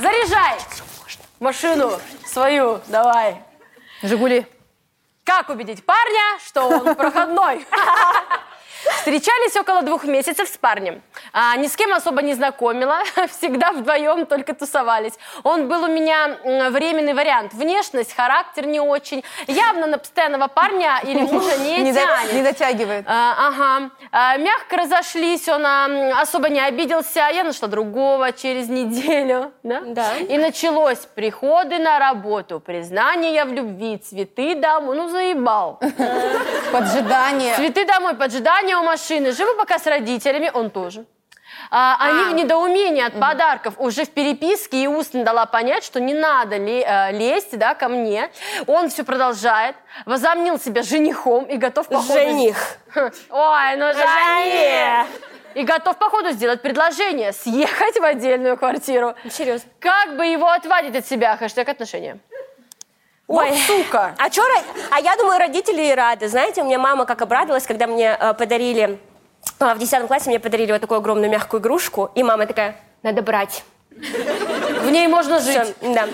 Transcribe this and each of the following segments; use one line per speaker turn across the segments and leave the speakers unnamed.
Заезжай! Машину свою давай.
Жигули.
Как убедить парня, что он проходной? Встречались около двух месяцев с парнем. А, ни с кем особо не знакомила. Всегда вдвоем только тусовались. Он был у меня м, временный вариант. Внешность, характер не очень. Явно на постоянного парня или мужа не
Не, до-
тянет.
не дотягивает.
А, ага. А, мягко разошлись, он а, м, особо не обиделся. Я нашла другого через неделю. Да?
Да.
И началось приходы на работу, признания в любви, цветы домой. Ну, заебал.
Поджидание.
Цветы домой, поджидание у машины. Живу пока с родителями, он тоже. А, они в недоумении от подарков. Уже в переписке и устно дала понять, что не надо ле- э, лезть да, ко мне. Он все продолжает. Возомнил себя женихом и готов походу...
Жених.
Ой, ну
Жене!
Жанне! И готов, походу, сделать предложение съехать в отдельную квартиру.
Серьезно.
Как бы его отвадить от себя? Хэштег отношения.
Ой,
сука.
А чё, ро- а я думаю, родители и рады. Знаете, у меня мама как обрадовалась, когда мне э, подарили, э, в 10 классе мне подарили вот такую огромную мягкую игрушку, и мама такая, надо брать.
В ней можно
Всё,
жить.
да.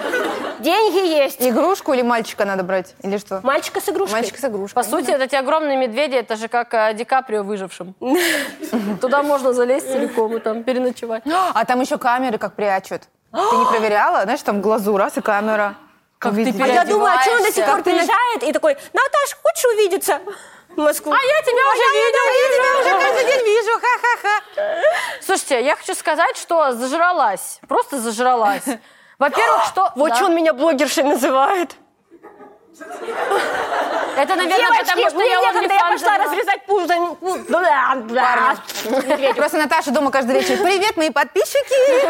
Деньги есть.
Игрушку или мальчика надо брать? Или что?
Мальчика с игрушкой.
Мальчика с игрушкой.
По сути, вот эти огромные медведи, это же как э, Ди Каприо выжившим. Туда можно залезть целиком и там переночевать.
А там еще камеры как прячут. Ты не проверяла? Знаешь, там глазу раз и камера. Как
ты
А я думаю, а чё он до сих
Переодеваешься.
пор приезжает и такой, Наташ, хочешь увидеться? В Москву.
А я тебя уже видела.
Я уже каждый день вижу, ха-ха-ха.
Слушайте, я хочу сказать, что зажралась. Просто зажралась. Во-первых, что...
Вот
Да.
чё он меня блогершей называет.
Это, наверное,
Девочки,
потому что
мне
я
некогда, я
OnlyFans
пошла
завела.
разрезать пузо. Ну, да,
А,
да.
Просто Наташа дома каждый вечер. Привет, мои подписчики.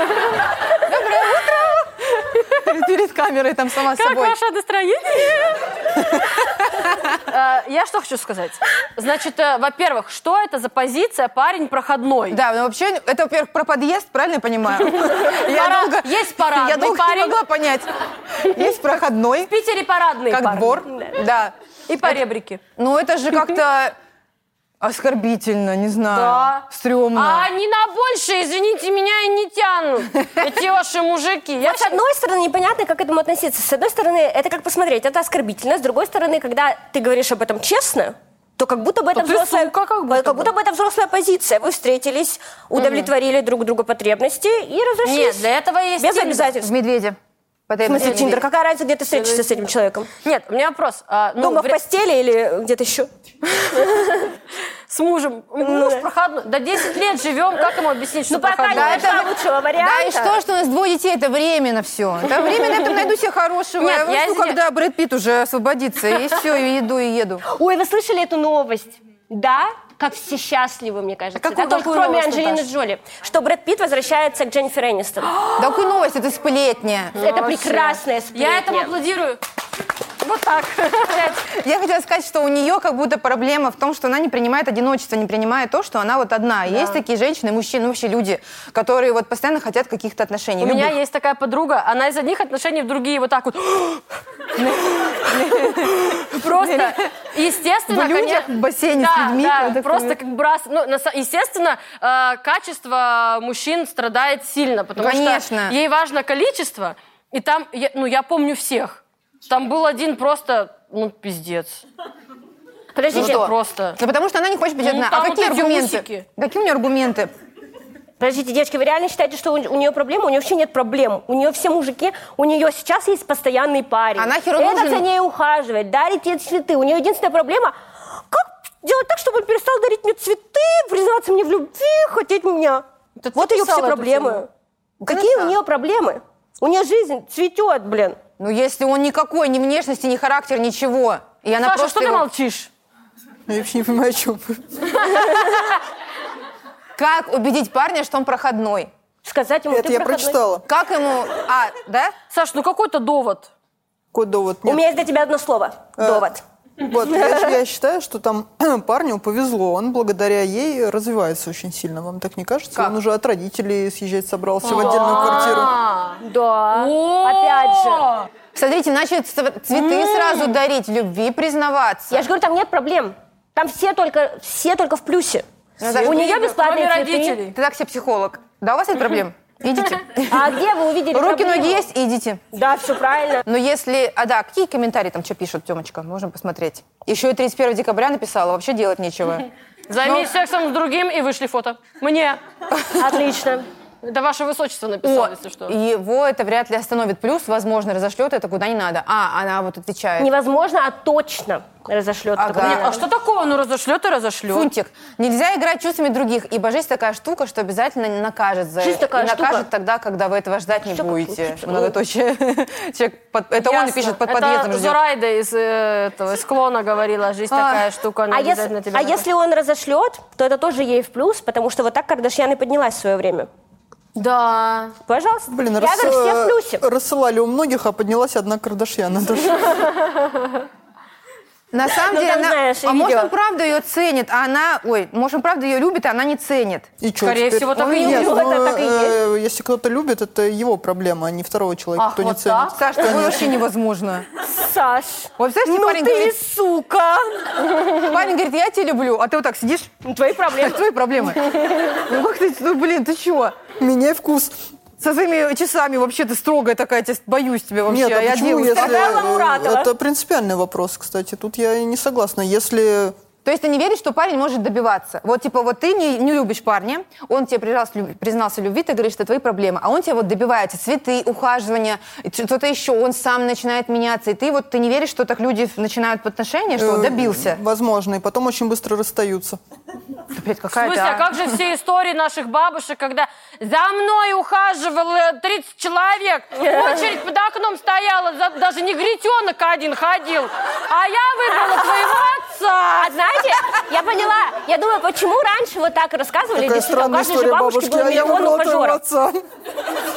Доброе утро. Перед камерой там сама с собой.
настроение? Э, Я что хочу сказать? Значит, э, во-первых, что это за позиция парень проходной?
Да, ну вообще, это, во-первых, про подъезд, правильно я понимаю?
Пара- Есть парадный
Я долго не
парень.
могла понять. Есть проходной,
В Питере парадный
как двор. Да.
И поребрики.
Ну это же как-то оскорбительно, не знаю.
Да. А
Стремно.
они на больше, извините меня, и не тянут. Эти ваши мужики. Я
С одной стороны, непонятно, как к этому относиться. С одной стороны, это как посмотреть, это оскорбительно. С другой стороны, когда ты говоришь об этом честно, то как будто бы это
ты
взрослая,
сука, как будто бы.
бы это взрослая позиция. Вы встретились, удовлетворили друг друга потребности и разошлись.
Нет, для этого есть
без
Tinder.
В
обязательств.
медведя.
В смысле, Тиндер, какая разница, где ты встретишься с этим человеком?
Нет, у меня вопрос. А, ну,
Дома в
вре-
постели или где-то еще?
с мужем. Муж проходной. До 10 лет живем, как ему объяснить, что проходной?
не нашла
лучшего
Да, и что, что у нас двое детей, это временно все. Да, временно я там найду себе хорошего.
Нет,
я
я
жду,
извиня-
когда Брэд Питт уже освободится. И все, и иду, и еду.
Ой, вы слышали эту новость? Да? Как все счастливы, мне кажется.
какую-
да, только
какую
кроме
новость,
Анджелины
Наташа?
Джоли. Что Брэд Питт возвращается к Дженнифер Энистон.
Да какую новость, это сплетня.
Это
Вообще.
прекрасная сплетня.
Я этому аплодирую. Вот так.
Я хотела сказать, что у нее как будто проблема в том, что она не принимает одиночество, не принимает то, что она вот одна. Есть такие женщины, мужчины, ну, вообще люди, которые вот постоянно хотят каких-то отношений.
У меня
любых.
есть такая подруга, она из одних отношений в другие вот так вот. Просто, естественно,
В людях,
коне-
в бассейне с
Да,
людьми,
да,
когда такое.
просто как брас... ну, на са- естественно, э, качество мужчин страдает сильно, потому
Конечно.
что ей важно количество, и там, я- ну, я помню всех. Там был один просто, ну, пиздец.
Подождите,
Ну, просто.
Ну, потому что она не хочет быть
Ну,
одна.
там
а какие
вот эти
аргументы?
усики.
Какие у нее аргументы?
подождите, девочки, вы реально считаете, что у, нее проблема? У нее вообще нет проблем. У нее все мужики, у нее сейчас есть постоянный парень.
Она херу
Этот
нужен.
за ней ухаживает, дарит ей цветы. У нее единственная проблема, как делать так, чтобы он перестал дарить мне цветы, признаться мне в любви, хотеть меня.
Это ты
вот ее
писала
все
эту
проблемы.
тему?
Какие у
написала.
нее проблемы? У нее жизнь цветет, блин.
Ну, если он никакой, ни внешности, ни характер, ничего. И она
Саша,
просто
что ты
его-
молчишь?
Ну,
Я вообще не понимаю, о чем вы. Как убедить парня, что он проходной?
Сказать ему,
Это
ты
я
проходной.
прочитала.
Как ему... А, да?
Саш, ну какой-то довод.
Какой довод?
У
Нет.
меня есть для тебя одно слово.
Э,
Довод.
Вот, я, щ- я считаю, что там парню повезло. Он благодаря ей развивается очень сильно. Вам так не кажется?
Как?
Он уже от родителей съезжать собрался в отдельную квартиру.
Да.
О!
Опять же.
Смотрите, начали ц- цветы сразу дарить, в любви признаваться.
Я же говорю, там нет проблем. Там все только, все только в плюсе.
Ну, да,
у нее
видно,
бесплатные
кроме
цветы.
родителей.
Ты так себе психолог. Да, у вас нет проблем? Идите.
А где вы увидели
Руки,
проблему?
ноги есть, и идите.
Да, все правильно.
Но если... А да, какие комментарии там что пишут, Темочка? Можем посмотреть. Еще и 31 декабря написала, вообще делать нечего.
Хм,
Займись сексом с другим и вышли фото. Мне.
Отлично.
Это ваше высочество написало, если что.
Его это вряд ли остановит. Плюс, возможно, разошлет это куда не надо. А, она вот отвечает.
Невозможно, а точно разошлет.
Ага.
такое.
Не, а что такого? Ну разошлет и разошлет.
Фунтик, нельзя играть чувствами других, ибо жизнь такая штука, что обязательно накажет за
Жизнь
это.
такая
и накажет
штука.
тогда, когда вы этого ждать не
Всё как Типа, ну,
будете.
фунтик.
Многоточие. Человек под- это он
Ясно.
пишет под
Это
подъездом ждет.
Зурайда из э, этого из клона говорила, жизнь такая штука, она
А,
обязательно
если,
тебя
а
накажет.
если он разошлет, то это тоже ей в плюс, потому что вот так Кардашьян и поднялась в свое время.
Да.
Пожалуйста.
Блин,
Я
расс-
говорю, все в плюсе.
рассылали у многих, а поднялась одна Кардашьян. Это ж-
На самом
Ну,
деле,
там,
она-
знаешь, и
а может
видео.
он правда ее ценит, а она, ой, может он правда ее любит, а она не ценит.
И чё
Скорее
теперь?
всего, так и
Нет,
есть.
ну,
это так и
э, Если кто-то любит, это его проблема, а не второго человека,
Ах,
кто не
вот
ценит.
так?
Саш, такое вообще невозможно.
Саш,
Вот знаешь,
ну
парень,
ты и
говорит,
сука.
парень говорит, я тебя люблю, а ты вот так сидишь,
Ну, Твои
это
проблемы.
твои проблемы. Ну как ты, ну блин, ты чего?
Меняй вкус.
Со своими часами вообще ты строгая такая, я тебя боюсь тебя вообще.
Нет, а
я
почему,
девушка.
если...
Сказала Муратова.
Это принципиальный вопрос, кстати. Тут я и не согласна. Если
То есть ты не веришь, что парень может добиваться. Вот типа вот ты не, не любишь парня, он тебе признался, люб- признался в любви, ты говоришь, что это твои проблемы, а он тебя вот добивается, цветы, ухаживание, и ч- что-то еще, он сам начинает меняться, и ты вот ты не веришь, что так люди в- начинают отношения, что
э,
вот добился.
Возможно, и потом очень быстро расстаются.
Да, блядь,
В
какая-то,
смысле, а
а.
как же все истории наших бабушек, когда за мной ухаживало 30 человек, очередь под окном стояла, за- даже не гретенок один ходил, а я выбрала твоего отца.
А знаете, я поняла. Я думаю, почему раньше вот так рассказывали?
Такая
Действительно, у
странная
каждой же
история
бабушки
бабушки.
был
А я
миллион
выбрала твоего
ухажеров.
отца.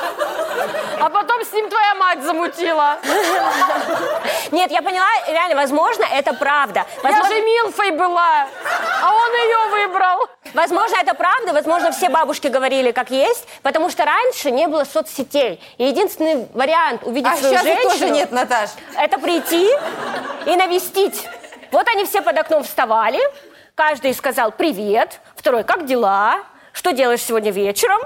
А потом с ним твоя мать замутила.
Нет, я поняла, реально, возможно, это правда.
Я
Возможно,
же Милфой была, а он ее выбрал.
возможно, это правда, возможно, все бабушки говорили как есть, потому что раньше не было соцсетей. И единственный вариант увидеть
А
свою
сейчас их
женщину...
тоже нет, Наташ.
это прийти и навестить. Вот они все под окном вставали, каждый сказал «Привет», второй «Как дела?», «Что делаешь сегодня вечером?».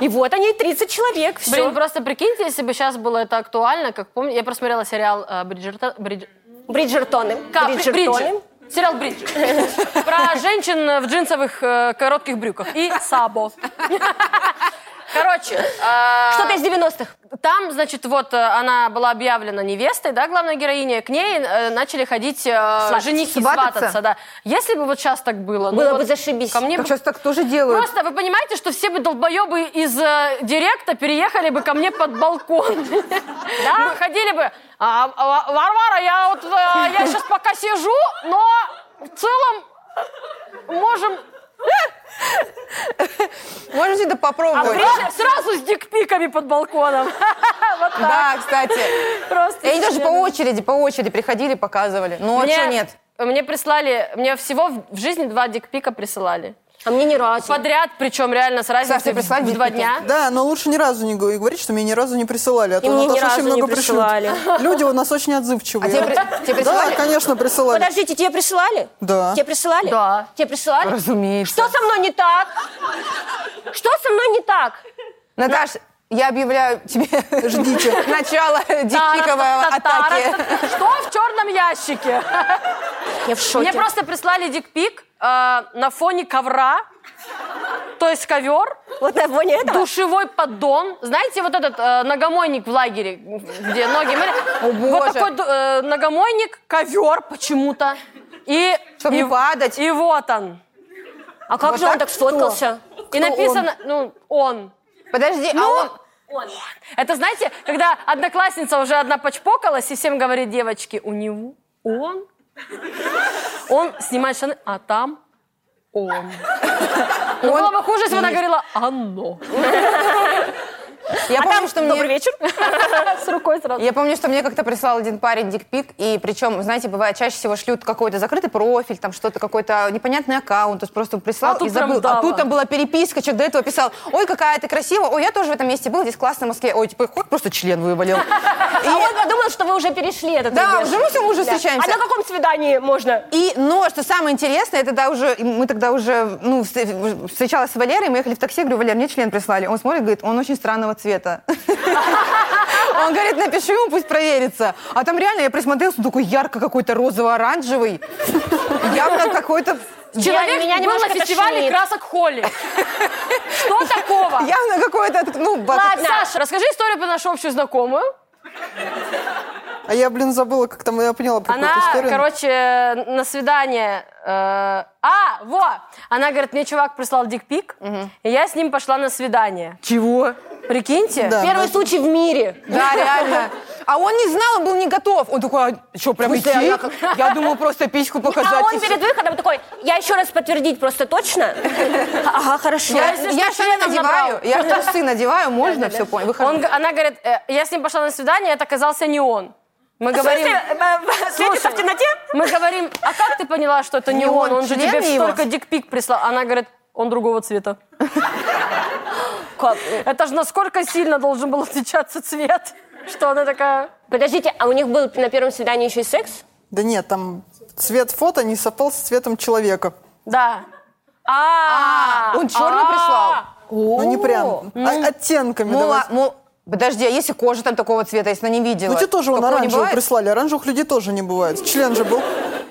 И вот они, 30 человек, все.
Блин, просто прикиньте, если бы сейчас было это актуально, как помню, я просмотрела сериал э, Бриджерта- Бридж-
Бриджертоны.
Ка- Бриджи.
Бриджертоны.
Сериал Бриджи. Про женщин в джинсовых э, коротких брюках. И сабо. Короче, э,
Что-то из 90-х.
там, значит, вот э, она была объявлена невестой, да, главной героиней, к ней э, начали ходить э, женихи
Свататься?
свататься, да. Если бы вот сейчас так было, ну
Было
вот
бы зашибись.
Ко мне
Как
бы
сейчас так тоже делают.
Просто вы понимаете, что все бы долбоебы из э, директа переехали бы ко мне под балкон. Да? Мы ходили бы. «А, а, Варвара, я вот э, я сейчас пока сижу, но в целом можем
Можете да попробовать.
А
Причем сразу с дикпиками под балконом. Вот так.
Да, кстати.
Просто.
И они даже по очереди, по очереди приходили, показывали. Ну, а что нет?
Мне прислали, мне всего в- в жизни два дикпика присылали.
А мне ни разу.
Подряд, причем реально с разницей в
прислали
в два
дикпики?
дня.
Да, но лучше ни разу не г- говорить, что мне ни разу не присылали. А то
И мне
у
ни
нас
разу
очень
не
много пришлют.
присылали.
Люди у нас очень отзывчивые.
А тебе при- тебе
Да,
присылали?
конечно, присылали.
Подождите, тебе присылали?
Да.
Тебе присылали?
Да.
Тебе присылали?
Разумеется.
Что со мной не так? Что со мной не так?
Наташ, я объявляю тебе
Ждите.
начало дикпиковой атаки.
Тара-та-та-та-та. Что в черном ящике?
Я в шоке.
Мне просто прислали дикпик э, на фоне ковра, то есть ковер,
Вот на фоне этого?
душевой поддон. Знаете, вот этот э, ногомойник в лагере, где ноги... мыли?
О,
Вот
боже.
такой э, ногомойник, ковер почему-то. И,
Чтобы
и,
не падать.
и вот он.
А как
Вот
же он
так
так сфоткался?
И написано, ну, он.
Подожди,
Ну,
а он...
Это знаете, когда одноклассница уже одна почпокалась и всем говорит, девочки, у него он. Он снимает штаны, а там он. Ну,
Он
было бы хуже, если бы она
есть.
говорила «оно».
Я
а
помню,
там
что мне-
добрый вечер. С рукой сразу.
Я помню, что мне как-то прислал один парень дикпик, и причем, знаете, бывает, чаще всего шлют какой-то закрытый профиль, там что-то, какой-то непонятный аккаунт, то есть просто прислал
А тут
и забыл.
прям дава.
А тут там была переписка, человек до этого писал, ой, какая ты красивая, ой, я тоже в этом месте был, здесь классно в Москве, ой, типа, как просто член вывалил.
А он подумал, что вы уже перешли этот
Да,
рубеж.
уже мы все уже
Да.
встречаемся.
А на каком свидании можно?
И, но что самое интересное, это да уже, мы тогда уже, ну, вс- встречалась с Валерой, мы ехали в такси, я говорю, Валер, мне член прислали. Он смотрит, говорит, он очень странного цвета. Он говорит, напиши ему, пусть проверится. А там реально я присмотрелся, такой ярко какой-то розово-оранжевый. Явно какой-то...
Человек
меня
был на
немножко
фестивале
тошнит.
красок Холли. Что такого?
Явно какой-то, ну, бат-
Саша, расскажи историю про нашу общую знакомую.
А я, блин, забыла, как там я поняла про
Она,
какую-то историю.
короче, на свидание... э, а, во! Она говорит, мне чувак прислал дикпик, и я с ним пошла на свидание.
Чего?
Прикиньте?
Да,
Первый
да.
случай в мире.
Да, реально. А он не знал, он был не готов. Он такой, а что, прям идти? Я, как- я думал, просто письку показать.
А
и
он
всё.
перед выходом такой, я еще раз подтвердить просто точно. Ага, хорошо.
Я,
если
я
что,
штаны
членом набрал.
надеваю, я штаны надеваю, можно, все понял. выхожу.
Он, г- она говорит, «Э, я с ним пошла на свидание, это оказался не он. Мы
А
В смысле,
говорим,
э, э, Светится в
Слушай.
темноте?
мы говорим, а как ты поняла, что это не
Не
он?
он,
Он же
член
тебе
его?»
столько дикпик прислал. Она говорит, он другого цвета.
Как?
Это же насколько сильно должен был отличаться цвет, что она такая...
Подождите, а у них был на первом свидании еще и секс?
Да нет, там цвет фото не совпал с цветом человека.
Да. А, Ну,
Он черный прислал.
Ну, не прям. а оттенками
Мол, а-
давайте.
мол, подожди, а если кожа там такого цвета, если она не видела?
Ну, тебе тоже он
Такого не
оранжевый
бывает?
прислали. Оранжевых людей тоже не бывает. Член же был.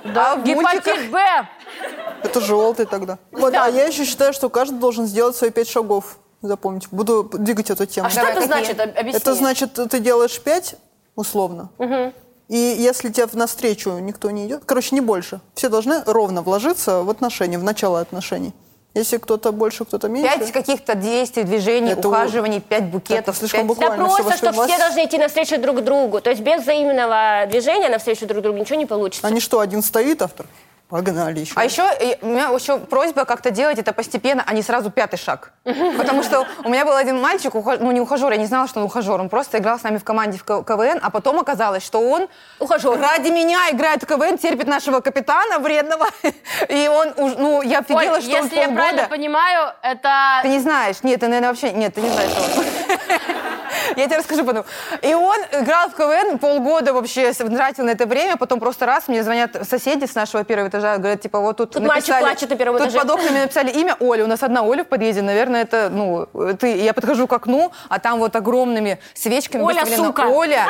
Да, А в мультиках.
Гепатит Б.
Это желтый тогда. Вот, а я еще считаю, что каждый должен сделать свои пять шагов. Запомните. Буду двигать эту тему.
А что
Давай,
это
какие?
значит? Об- Объясни.
Это значит, ты делаешь пять, условно. И если тебе навстречу никто не идет, короче, не больше. Все должны ровно вложиться в отношения, в начало отношений. Если кто-то больше, кто-то меньше.
Пять каких-то действий, движений,
Это у-
ухаживаний, пять букетов.
Это слишком
пять-
буквально.
Да
Буквально всего,
просто,
что
что
у вас-
все должны идти навстречу друг другу. То есть без взаимного движения навстречу друг другу ничего не получится.
А не что, один стоит, автор? Погнали еще.
А еще э, у меня еще просьба как-то делать это постепенно, а не сразу пятый шаг. Потому что у меня был один мальчик, уха- ну не ухажер, я не знала, что он ухажер, он просто играл с нами в команде в К- КВН, а потом оказалось, что он
Ухажер.
ради меня играет в КВН, терпит нашего капитана вредного, и он, уж- ну я
Оль,
офигела, что он
если я правильно
полгода...
понимаю, это...
Ты не знаешь. Нет, ты, наверное, вообще... Нет, ты не знаешь его. Я тебе расскажу потом. И он играл в КВН полгода вообще, с- тратил на это время, потом просто раз мне звонят соседи с нашего первого этажа, говорят, типа, вот тут,
Тут мальчик
написали-
плачет на первом
тут
этаже.
под окнами написали имя Оля, у нас одна Оля в подъезде, наверное, это, ну, ты. И Я подхожу к окну, а там вот огромными свечками
Оля,
выставлено
сука.
Оля.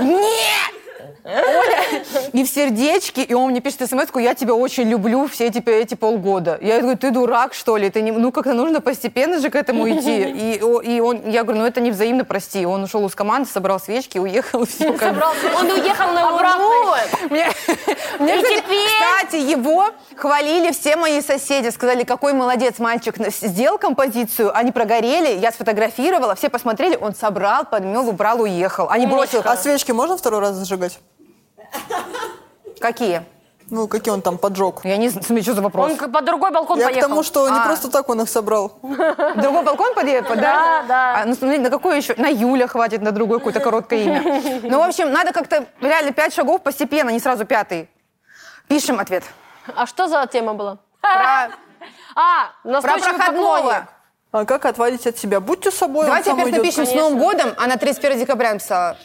Нет! Оля, и в сердечке, и он мне пишет смс я тебя очень люблю все эти, эти полгода. Я говорю, ты дурак, что ли? Ты не... Ну, как-то нужно постепенно же к этому идти. И, о- и он, я говорю, ну, это не взаимно, прости. Он ушел из команды, собрал свечки, уехал, и все. как бы.
Он уехал на Луну.
Мне, мне,
И
кстати,
теперь-
кстати, его хвалили все мои соседи. Сказали, какой молодец мальчик. на- Сделал композицию, они прогорели, я сфотографировала, все посмотрели, он собрал, подмел, убрал, уехал. А не бросил.
А свечки можно второй раз зажигать?
А Какие?
Ну, какие он там поджег?
Я не знаю, что за вопрос.
Он к- под другой балкон
Я к
Ну, поехал.
тому, что не
А.
просто так он их собрал.
Другой балкон подъехал, да?
Да, да.
А, ну, смотри, на какое еще? На Юля хватит, на другое какое-то короткое имя. Ну, в общем, надо как-то реально пять шагов постепенно, а не сразу пятый. Пишем ответ.
А что за тема была?
Про,
А,
про
настойчивый поклонник.
проходного.
А как отводить от себя? Будьте собой, он
Давайте
сам
опять
уйдет.
напишем «С Новым годом». а Она 31 декабря написала.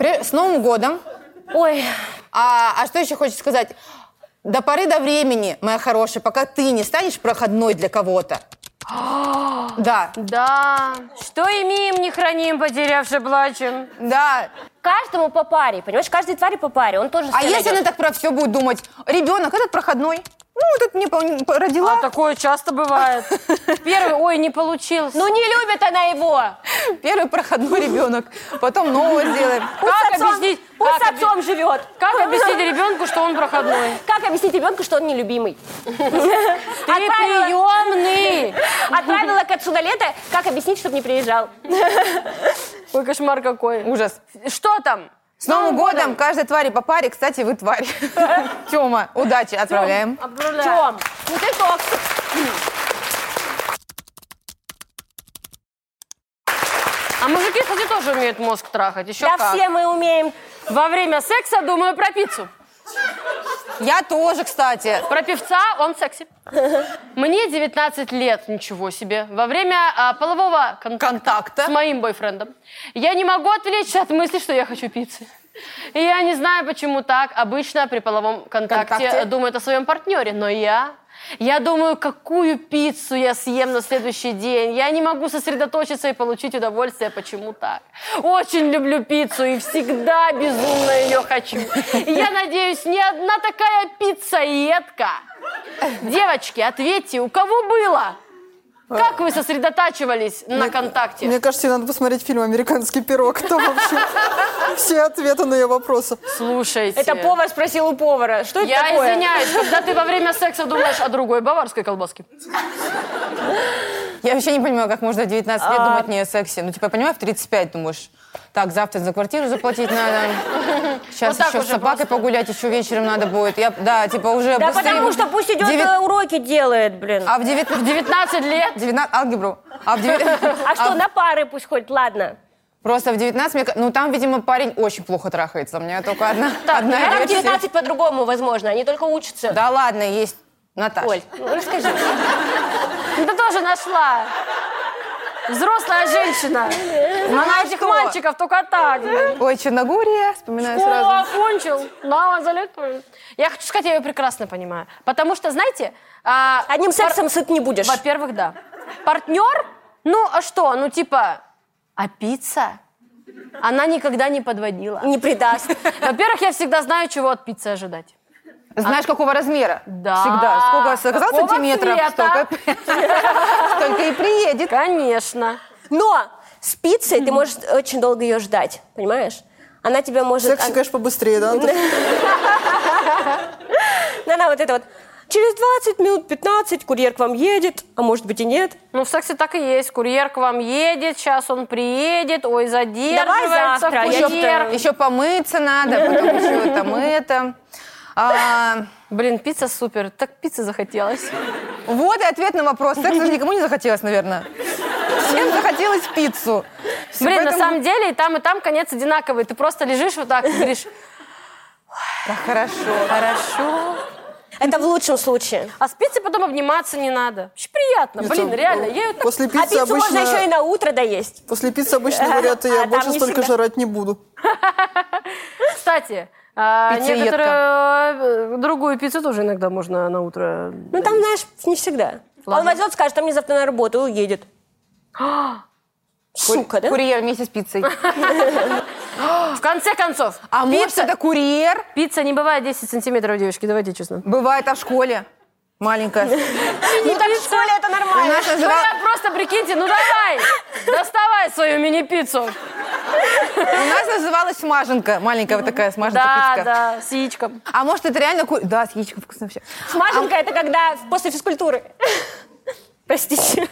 Пре- «С Новым годом».
Ой,
А, а что еще хочется сказать? До поры до времени, моя хорошая, пока ты не станешь проходной для кого-то. Да,
Да. Что имеем, не храним, потерявши плачем.
да.
каждому по паре, понимаешь? Каждой твари по паре. Он тоже
А
себя
если
найдет.
она так про все будет думать? Ребенок этот проходной. Ну, этот мне по- по- родила.
А такое часто бывает. Первый, ой, не получилось.
Ну не любит она его.
Первый проходной ребенок. Потом нового сделаем.
как
с отцом-
объяснить?
Пусть
как
с отцом живет.
Как объяснить ребенку, что он проходной?
Как объяснить ребенку, что он нелюбимый?
Ты
Отправила,
приемный!
отправила к отцу на лето, как объяснить, чтобы не приезжал?
Ой, кошмар какой.
Ужас.
Что там?
С Новым годом! Каждой твари по паре. Кстати, вы тварь. Тема, удачи. Отправляем.
Отправляю.
Чем? Ну ты токсик.
А мужики, кстати, тоже умеют мозг трахать. Еще
Да
как.
все мы умеем.
Во время секса думаю про пиццу.
Я тоже, кстати.
Про певца он секси. Мне 19 лет, ничего себе. Во время а, полового контакта,
Контакта.
с моим бойфрендом я не могу отвлечься от мысли, что я хочу пиццы. И я не знаю, почему так. Обычно при половом контакте,
Контакте.
думают о своем партнере, но я... Я думаю, какую пиццу я съем на следующий день. Я не могу сосредоточиться и получить удовольствие. Почему так? Очень люблю пиццу и всегда безумно ее хочу. Я надеюсь, ни одна такая пицца едка. Девочки, ответьте, у кого было? Как вы сосредотачивались на контакте?
Мне кажется, ей надо посмотреть фильм «Американский пирог». Там вообще все ответы на ее вопросы.
Слушайте.
Это повар спросил у повара, что это
Я
такое?
извиняюсь, когда ты во время секса думаешь о другой баварской колбаске.
Я вообще не понимаю, как можно в 19 лет думать не о сексе. Ну, типа, я понимаю, в 35 думаешь, так, завтра за квартиру заплатить надо. Сейчас
Вот так
еще с
уже
собакой
просто.
погулять, еще вечером надо будет. Я, да, типа, уже
Да
быстрее
потому
бы-
что пусть идет
Девят-
э, уроки делает, блин. А,
А в 19...
19 лет.
19 алгебру. А в 9
что, на пары пусть ходит, ладно.
Просто в 19, мне ка- ну там, видимо, парень очень плохо трахается. У меня только одна, одна
Там
версия.
19 по-другому, возможно, они только учатся.
Да ладно, есть Наташа.
Оль, ну расскажи.
Ну, Ты тоже нашла. Взрослая женщина.
Ну, она
Она этих
что?
мальчиков только так.
Ой, Черногория, вспоминаю сразу.
О, окончил. Да, залетаю. Я хочу сказать, я ее прекрасно понимаю. Потому что, знаете, а,
Одним сексом сыт не будешь.
во-первых, да. Партнер, ну а что, ну типа, а пицца? Она никогда не подводила.
Не предаст.
Во-первых, я всегда знаю, чего от пиццы ожидать.
Знаешь, какого размера?
А Да.
Всегда. Сколько сказал
Какого
сантиметров,
цвета?
столько- столько и приедет.
Конечно.
Но с пиццей ты можешь очень долго ее ждать, понимаешь? Она тебя может... а,
Секси, конечно, побыстрее, да? Антон?
она, Ну, она вот это вот... Через 20 минут, 15, курьер к вам едет, а может быть и нет.
Ну, в сексе так и есть. Курьер к вам едет, сейчас он приедет, ой, задерживается
завтра, я
курьер.
Еще помыться надо, потом еще там это. А,
Блин, пицца супер, так пиццы захотелось.
вот и ответ на вопрос. Секс же никому не захотелось, наверное. Всем захотелось пиццу. Все
Блин, на
поэтому-
самом деле и там, и там конец одинаковый. Ты просто лежишь вот так и говоришь,
Да хорошо.
хорошо.
Это в лучшем случае.
А с пиццей потом обниматься не надо. Очень приятно, блин,
Пицца,
реально.
э,
Я её так-
После
А
пиццы
пиццу можно еще и
обычно...
на утро доесть.
После пиццы обычно говорят,
А
я
там
больше
не
столько
всегда.
жрать не буду.
Кстати, а,
Пиццеедка.
некоторую э, другую пиццу тоже иногда можно на утро.
Ну там, знаешь, не всегда. А Он возьмет, скажет, там мне завтра на работу, и уедет. Сука, да?
Курьер вместе с пиццей.
В конце концов,
А может
пицца,
это курьер?
пицца не бывает 10 сантиметров, девочки, давайте честно.
Бывает, а в школе. Маленькая.
Ну так в школе это
У
нормально.
нас
Ну
называ-
я просто, прикиньте, ну давай, доставай свою мини-пиццу.
у нас называлась смаженка. Маленькая вот такая смаженка
Да,
пицка.
да, с яичком.
А может, это реально... ку- Да, с яичком вкусно вообще.
Смаженка это когда после физкультуры. Простите.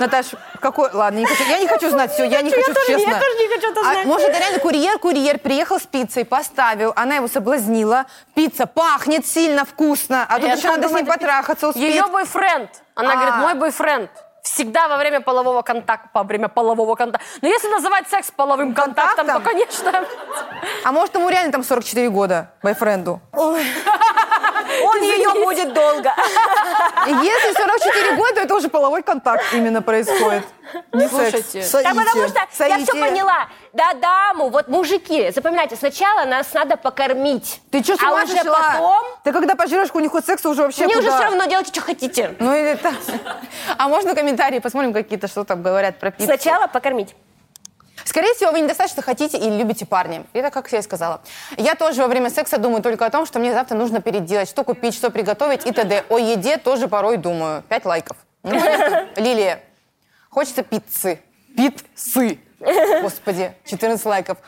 Наташ, какой... Ладно, не хочу- я не хочу знать все, я не хочу,
тоже- я
честно.
тоже не хочу это
А
знать.
может, это реально курьер, курьер приехал с пиццей, поставил, она его соблазнила, пицца пахнет сильно, вкусно, а тут
Я
еще
же
надо с
думаю,
ним
это пи-
потрахаться, успеть.
Ее бойфренд. Она
А.
говорит, мой бойфренд. Всегда во время полового контакта, во время полового контакта. Но если называть секс половым контактом, то,
Контактом?
конечно,
А может, ему реально там 44 года, бойфренду.
Он ее будет долго.
И если 44 года, то это уже половой контакт именно происходит. Не секс.
слушайте.
Да потому
Саите.
что я все
Саите.
поняла. Да, даму, вот мужики, запоминайте, сначала нас надо покормить.
Ты что, с
А
ума
уже
сошла?
потом...
Ты когда пожрешь, у них хоть секса уже вообще
Мне уже
куда?
все равно делайте, что хотите.
Ну или так. А можно комментарии, посмотрим какие-то, что там говорят про пиццу.
Сначала покормить.
Скорее всего, вы недостаточно хотите и любите парня. Это как я и сказала. Я тоже во время секса думаю только о том, что мне завтра нужно переделать, что купить, что приготовить и т.д. О еде тоже порой думаю. Пять лайков. Ну, понятно. Лилия. Хочется пиццы. Пиццы. Господи, 14 лайков.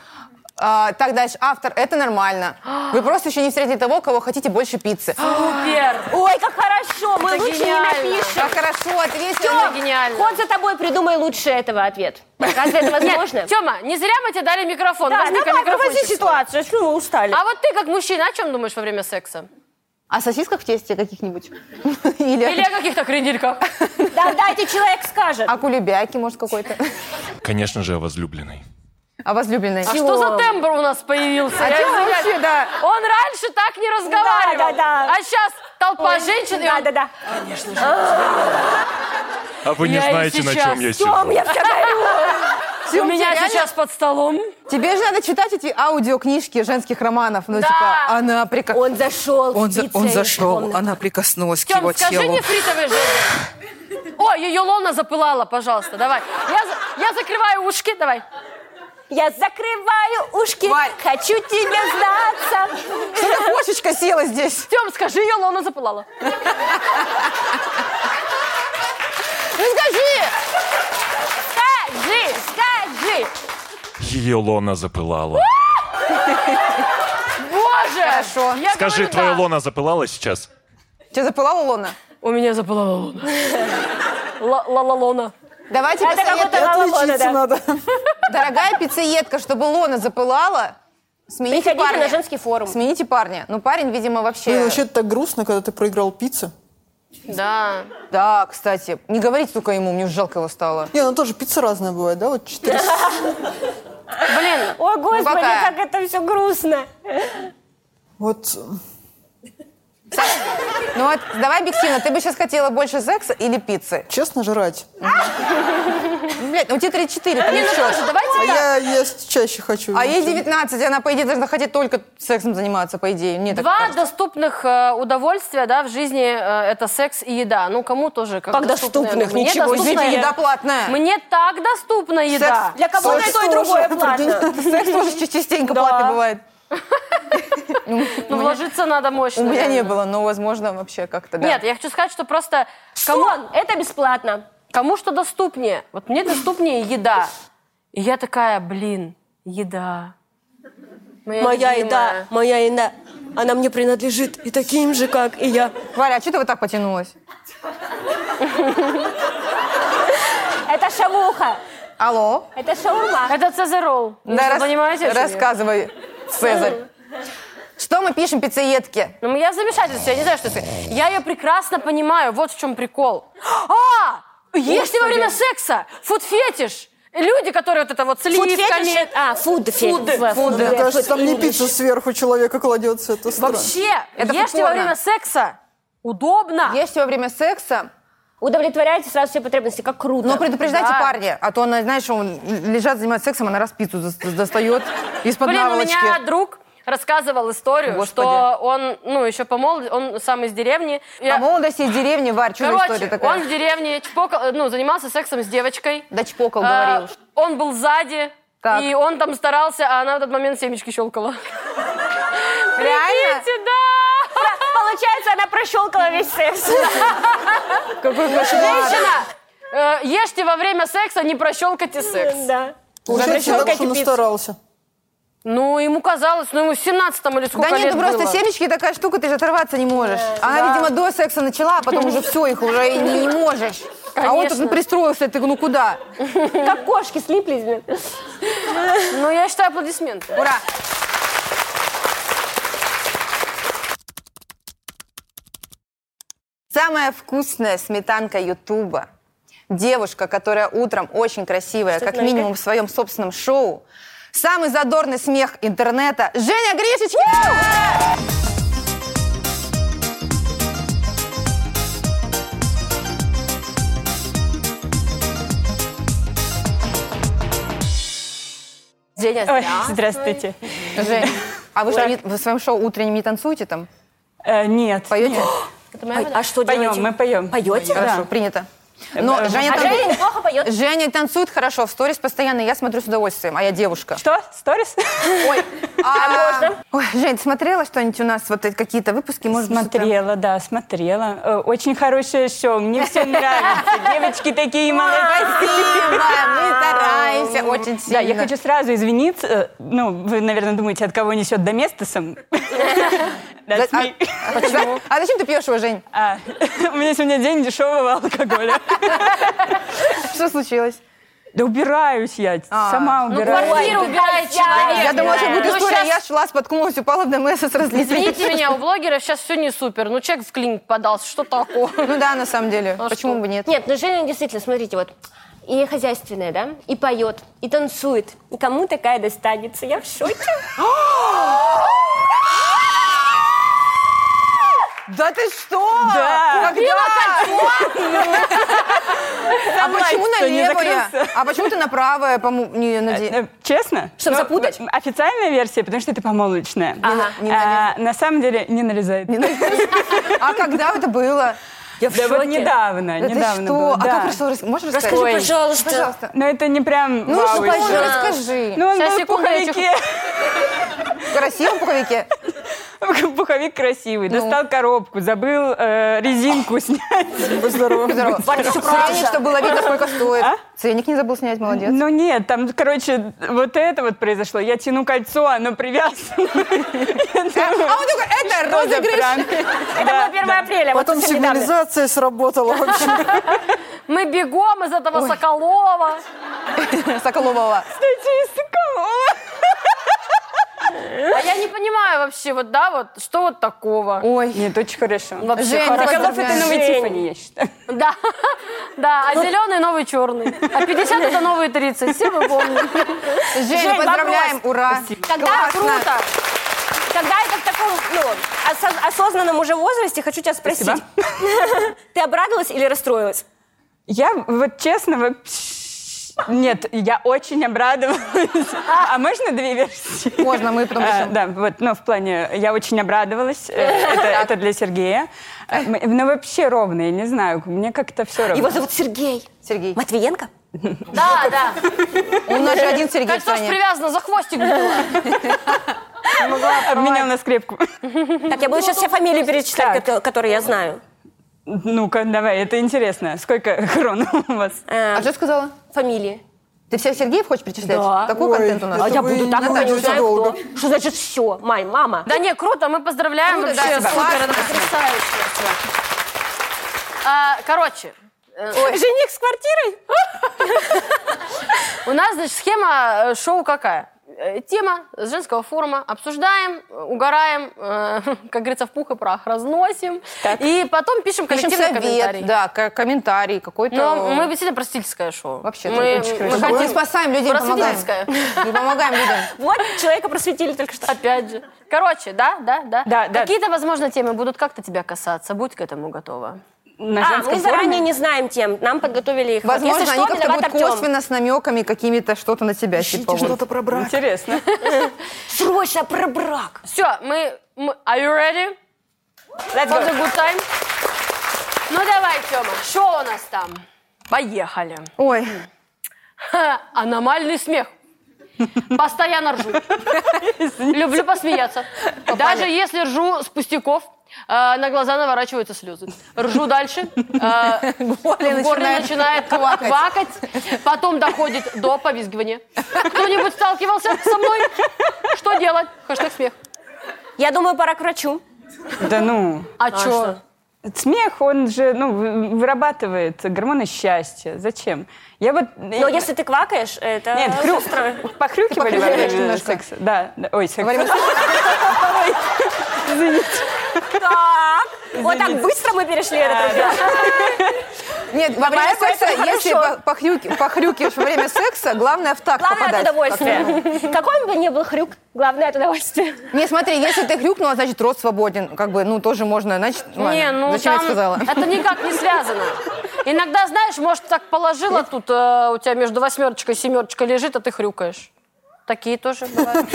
А, так дальше. Автор, это нормально. Вы просто еще не встретили того, кого хотите больше пиццы.
супер.
Ой, как хорошо, мы
Это
лучше
гениально.
не напишем.
Как хорошо
Это
ответила.
гениально.
Ход за тобой, придумай лучше этого ответ. Разве это возможно?
Тема, не зря мы тебе дали микрофон.
Да,
Возьми-ка
давай,
микрофончик свой.
проводи А ситуацию, что мы устали.
А вот ты, как мужчина, о чем думаешь во время секса?
О сосисках в тесте каких-нибудь? Или,
Или о каких-то крендельках.
Да, дайте человек скажет.
о кулебяке, А может, какой-то.
Конечно же, о возлюбленной.
О возлюбленной.
А что за тембр у нас появился?
А
Я
чё
извиняюсь.
вообще, да.
Он раньше так не разговаривал.
Да, да, да.
А сейчас толпа
Ой,
женщин, и
Да,
он
да, да.
А вы не
Я и
знаете, на
сейчас.
чем я
Том,
сижу.
я все говорю.
у меня
реально-
сейчас под столом.
Тебе же надо читать эти аудиокнижки женских романов. Ну,
Да.
типа, она прика...
Он зашел.
Он, за- он
птицей в
зашел,
комнату.
она прикоснулась к
Тем,
его
скажи
телу.
нефритовой женщине. О, ее лона запылала, пожалуйста, давай. Я, за- я закрываю ушки, давай.
Я закрываю ушки.
Варь.
Хочу тебе сдаться.
Что-то кошечка села здесь.
Тем, скажи, ее лона запылала.
Ну, скажи!
Скажи, скажи.
Ее лона запылала.
Боже. Хорошо.
Скажи, твоя лона запылала сейчас?
Тебя запылала Лона?
У меня запылала лона. Ла- Ла-ла-лона.
Давайте
Это как будто
посоветуем.
мало лона,
Отличиться
да.
надо.
Дорогая пиццеедка, чтобы Лона запылала, смените
Приходите на
парня.
женский форум.
Смените парня. Ну, парень, видимо, вообще...
Блин, вообще это так грустно, когда ты проиграл пиццу.
Да.
Да, кстати. Не говорите только ему, мне уж жалко его стало.
Не, ну тоже пицца разная бывает, да? Вот четыре.
Блин,
О, господи,
какая?
как это все грустно.
Вот
Ну вот, давай объективно, ты бы сейчас хотела больше секса или пиццы?
честно жрать.
Блядь, ну тебе 34, ты не в счет.
А я есть чаще хочу.
А ей 19, и она, по идее, должна хотеть только сексом заниматься, по идее. Мне так
Два
кажется.
доступных э, удовольствия, да, в жизни э, это секс и еда. Ну, кому тоже как
Как доступных?
Мне
Ничего
доступна
себе,
еда.
еда платная.
Мне так доступна еда.
Для кого-то и то, и другое платно.
Секс тоже ча- частенько платный бывает.
Ну, вложиться надо мощно.
У меня не
реально.
было, но, возможно, вообще как-то, да.
Нет, я хочу сказать, что просто кому,
Камон, это бесплатно.
кому что доступнее. Вот мне доступнее еда. И я такая, блин, еда.
Моя
любимая.
еда, моя еда. Она мне принадлежит и таким же, как и я.
Валя, а что ты вот так потянулась?
Это шавуха.
Алло?
А
Это шаурма.
Это Цезарол.
Да,
Да,
рас-
понимаете? о чём я?
рассказывай, Цезарь. Что мы пишем пиццеедке?
Ну, я в замешательстве, я не знаю, что это. Я ее прекрасно понимаю, вот в чем прикол. А! Ешьте во время секса! Фуд-фетиш! Люди, которые вот это вот с
Фуд-фетиш
оливками.
это- А, фуд фетиш.
Мне кажется, там не пицца сверху человека кладется, это странно.
Вообще,
Это
ешьте во
порно.
время секса! Удобно!
Есть во время секса,
Удовлетворяете сразу все потребности, как круто.
но предупреждайте
Да.
парня, а то она, знаешь, он лежат, занимается сексом, она раз пиццу зас- достает из-под
Блин, у
наволочки.
меня друг рассказывал историю,
Господи.
что он, ну, еще по молодости, он сам из деревни. Я-
По молодости из деревни, Варь, чудо история
Короче,
такая.
он в деревне чпокал, ну, занимался сексом с девочкой.
Да чпокал,
А,
говорил.
Он был сзади,
Так.
и он там старался, а она в этот момент семечки щелкала.
Реально?
Прикиньте, да!
Получается, она прощелкала весь секс.
Какой кошмар.
Женщина, э, ешьте во время секса, не прощелкайте секс.
Да.
Получается,
Запрещенка
так, что он
кипит.
старался.
Ну, ему казалось, ну, ему в 17 или сколько
Да нет,
лет
ну просто
было.
семечки такая штука, ты же оторваться не можешь. Она, видимо, до секса начала, а потом уже все, их уже и не можешь. А он тут
Конечно.
ну, пристроился, ты ну куда?
Как кошки слиплись. блин.
Ну, я считаю, аплодисменты.
Ура! Самая вкусная сметанка Ютуба. Девушка, которая утром очень красивая, как минимум в своем собственном шоу. Самый задорный смех интернета. Женя Гришечкина!
Женя,
Ой, здравствуйте.
Жень, а вы, что, не- вы в своем шоу утреннем не танцуете там?
Э, нет.
Поете?
А что
Поем,
делаете?
мы поем.
Поете?
Хорошо,
Да.
принято. Но
э,
Женя,
А
танцует-
Женя неплохо поет.
Женя танцует хорошо, в сторис постоянно, я смотрю с удовольствием, а я девушка.
Что? Сторис?
Ой, а можно? Ой, Жень, ты смотрела что-нибудь у нас, вот эти какие-то выпуски? Может, быть,
Смотрела, да, смотрела. Э, Очень хорошее шоу, мне все нравится. Девочки такие молодцы.
Спасибо, мы стараемся очень сильно.
Да, я хочу сразу извиниться. Э, Ну, вы, наверное, думаете, от кого несет Доместосом?
Да,
That's
а-
me.
Почему? А зачем ты пьешь его, Жень?
А, У меня сегодня день дешевого алкоголя.
Что случилось?
Да убираюсь я,
А,
сама
Ну,
убираюсь.
квартиру убирает человек.
Я думала, сейчас будет
Ну,
история.
щас-
Я шла, споткнулась, упала в ДМС и сразу
Извините меня, у блогеров сейчас все не супер. Ну, человек в клиник подался, что такого?
Ну да, на самом деле.
А
Почему
что?
бы нет?
Нет, ну Женя действительно, смотрите, вот и хозяйственная, да, и поет, и танцует. И кому такая достанется? Я в шоке.
Да ты что?
Да.
Когда? А почему на
что не
левое?
закрылся.
А почему ты на правое пому- не наде-
Э, Честно?
Чтоб
Ну,
запутать?
в- Официальная версия, потому что это помолвочная.
Ага. не
А, на самом деле не нарезает. э.
А когда это было? Я в
Да вот
шоке.
недавно,
Да ты
недавно
что?
было,
А
да.
как прошло? Рас- Можешь рассказать? Ну,
Скажи, пожалуйста.
Пожалуйста.
Но это не прям
Ну,
вау
что,
история.
ну, расскажи.
Ну, он
Щас,
был в
секунду, я
пуховике.
В красивом пуховике?
Пуховик красивый.
Ну.
Достал коробку, забыл э, резинку снять.
Будь здоров. Ценник, чтобы было видно, сколько стоит. Ценник не забыл снять, молодец.
А? Ну нет, там, короче, вот это вот произошло. Я тяну кольцо, оно привязано.
А он такой, это
Что за
розыгрыш.
пранк?
Это было 1 апреля. вот
Потом
совсем недавно.
сигнализация сработала вообще.
Мы бегом из этого Соколова.
Соколового.
А я не понимаю вообще, вот, да, вот, что вот такого?
Ой.
Нет, очень хорошо.
Вообще
Жень,
хорошо.
Соколов это новый
Жень.
Тиффани, я считаю.
Да, да, а зеленый новый черный. А 50 это новые 30, все мы помним.
Женя, поздравляем, ура.
Тогда
Классно.
круто. Тогда это в таком, ну, осо- осознанном уже возрасте хочу тебя спросить.
Спасибо.
Ты обрадовалась или расстроилась?
Я вот честно вообще... Нет, я очень обрадовалась. А можно две версии?
Можно, мы потом
А,
решим.
Да, вот, но в плане, я очень обрадовалась. Э, Это, это для Сергея. Э, м- Ну, вообще ровно, я не знаю, мне как-то все равно.
Его зовут Сергей.
Сергей.
Матвиенко?
Да, да.
У нас же один Сергей в
Кольцо ж
стране.
привязано за хвостик было.
Обменял на скрепку.
Так, я буду сейчас все фамилии перечислять, кото- которые я знаю.
Ну-ка, давай, это интересно. Сколько крон у вас?
Э,
А что сказала?
Фамилии.
Ты всех Сергеев хочешь перечислять?
Да.
Такой
Ой,
контент у нас.
А я буду так
Я не
Очень
знаю,
долго.
кто. Что значит все? Май, мама.
Да не, круто, мы поздравляем
Круто, да,
вообще,
спасибо.
супер, это
Классно.
потрясающе. А, Короче, э,
Жених с квартирой?
У нас, значит, схема э, шоу какая? Э, Тема с женского форума. Обсуждаем, э, угораем, э, как говорится, в пух и прах разносим. И потом пишем
Пишем
коллективный комментарий.
совет, да, ко- комментарий какой-то.
Но мы действительно простительское шоу.
Вообще,
мы,
очень
мы
красиво. мы
хотим
спасаем людей, помогаем.
просветительское.
Мы помогаем людям.
Вот, человека просветили только что.
Опять же. Короче, да, да, да.
Да, да.
Какие-то, возможно, темы будут как-то тебя касаться. Будь к этому готова.
На
А,
женском
мы
форуме?
заранее не знаем тем. Нам подготовили их. Вот,
Возможно,
если
они
что,
как-то
виноват
будут
Артём.
косвенно с намеками какими-то что-то на тебя. типа, вот.
про брак.
а, Интересно.
Срочно про брак.
Все, мы, мы... Are you ready?
Let's
For the
go.
good time? Ну давай, Тёма, что у нас там? Поехали.
Ой,
Ха, Аномальный смех. Постоянно ржу. Люблю посмеяться. Даже если ржу с пустяков, э, на глаза наворачиваются слезы. Ржу дальше. э, В горле
начинает
начинает квакать. Потом доходит до повизгивания. Кто-нибудь сталкивался со мной? Что делать? Хэштег смех.
Я думаю, пора к врачу.
Да ну.
А, чё?
Смех, он же ну, вы- вырабатывает гормоны счастья. Зачем? Я вот... э,
Но Ну, а если э, ты квакаешь, это...
Нет, хрю... похрюкивали во
покрюкиваешь
время
немножко.
секса. Да, да. ой, секса.
время
Так. Вот так быстро мы перешли этот разговор.
Нет, во время секса, если по- похрюки- похрюкиваешь во время секса, главное в так
Главное от
попадать.
удовольствия. Какой бы ни был хрюк, главное от удовольствия.
Не, смотри, если ты хрюкнула, значит, рот свободен. Как бы, ну, тоже можно, значит,
Не,
ладно.
ну
Зачем
там
я сказала?
это никак не связано. Иногда, знаешь, может, так положила тут, э, у тебя между восьмерочкой и семерочкой лежит, а ты хрюкаешь. Такие тоже бывают.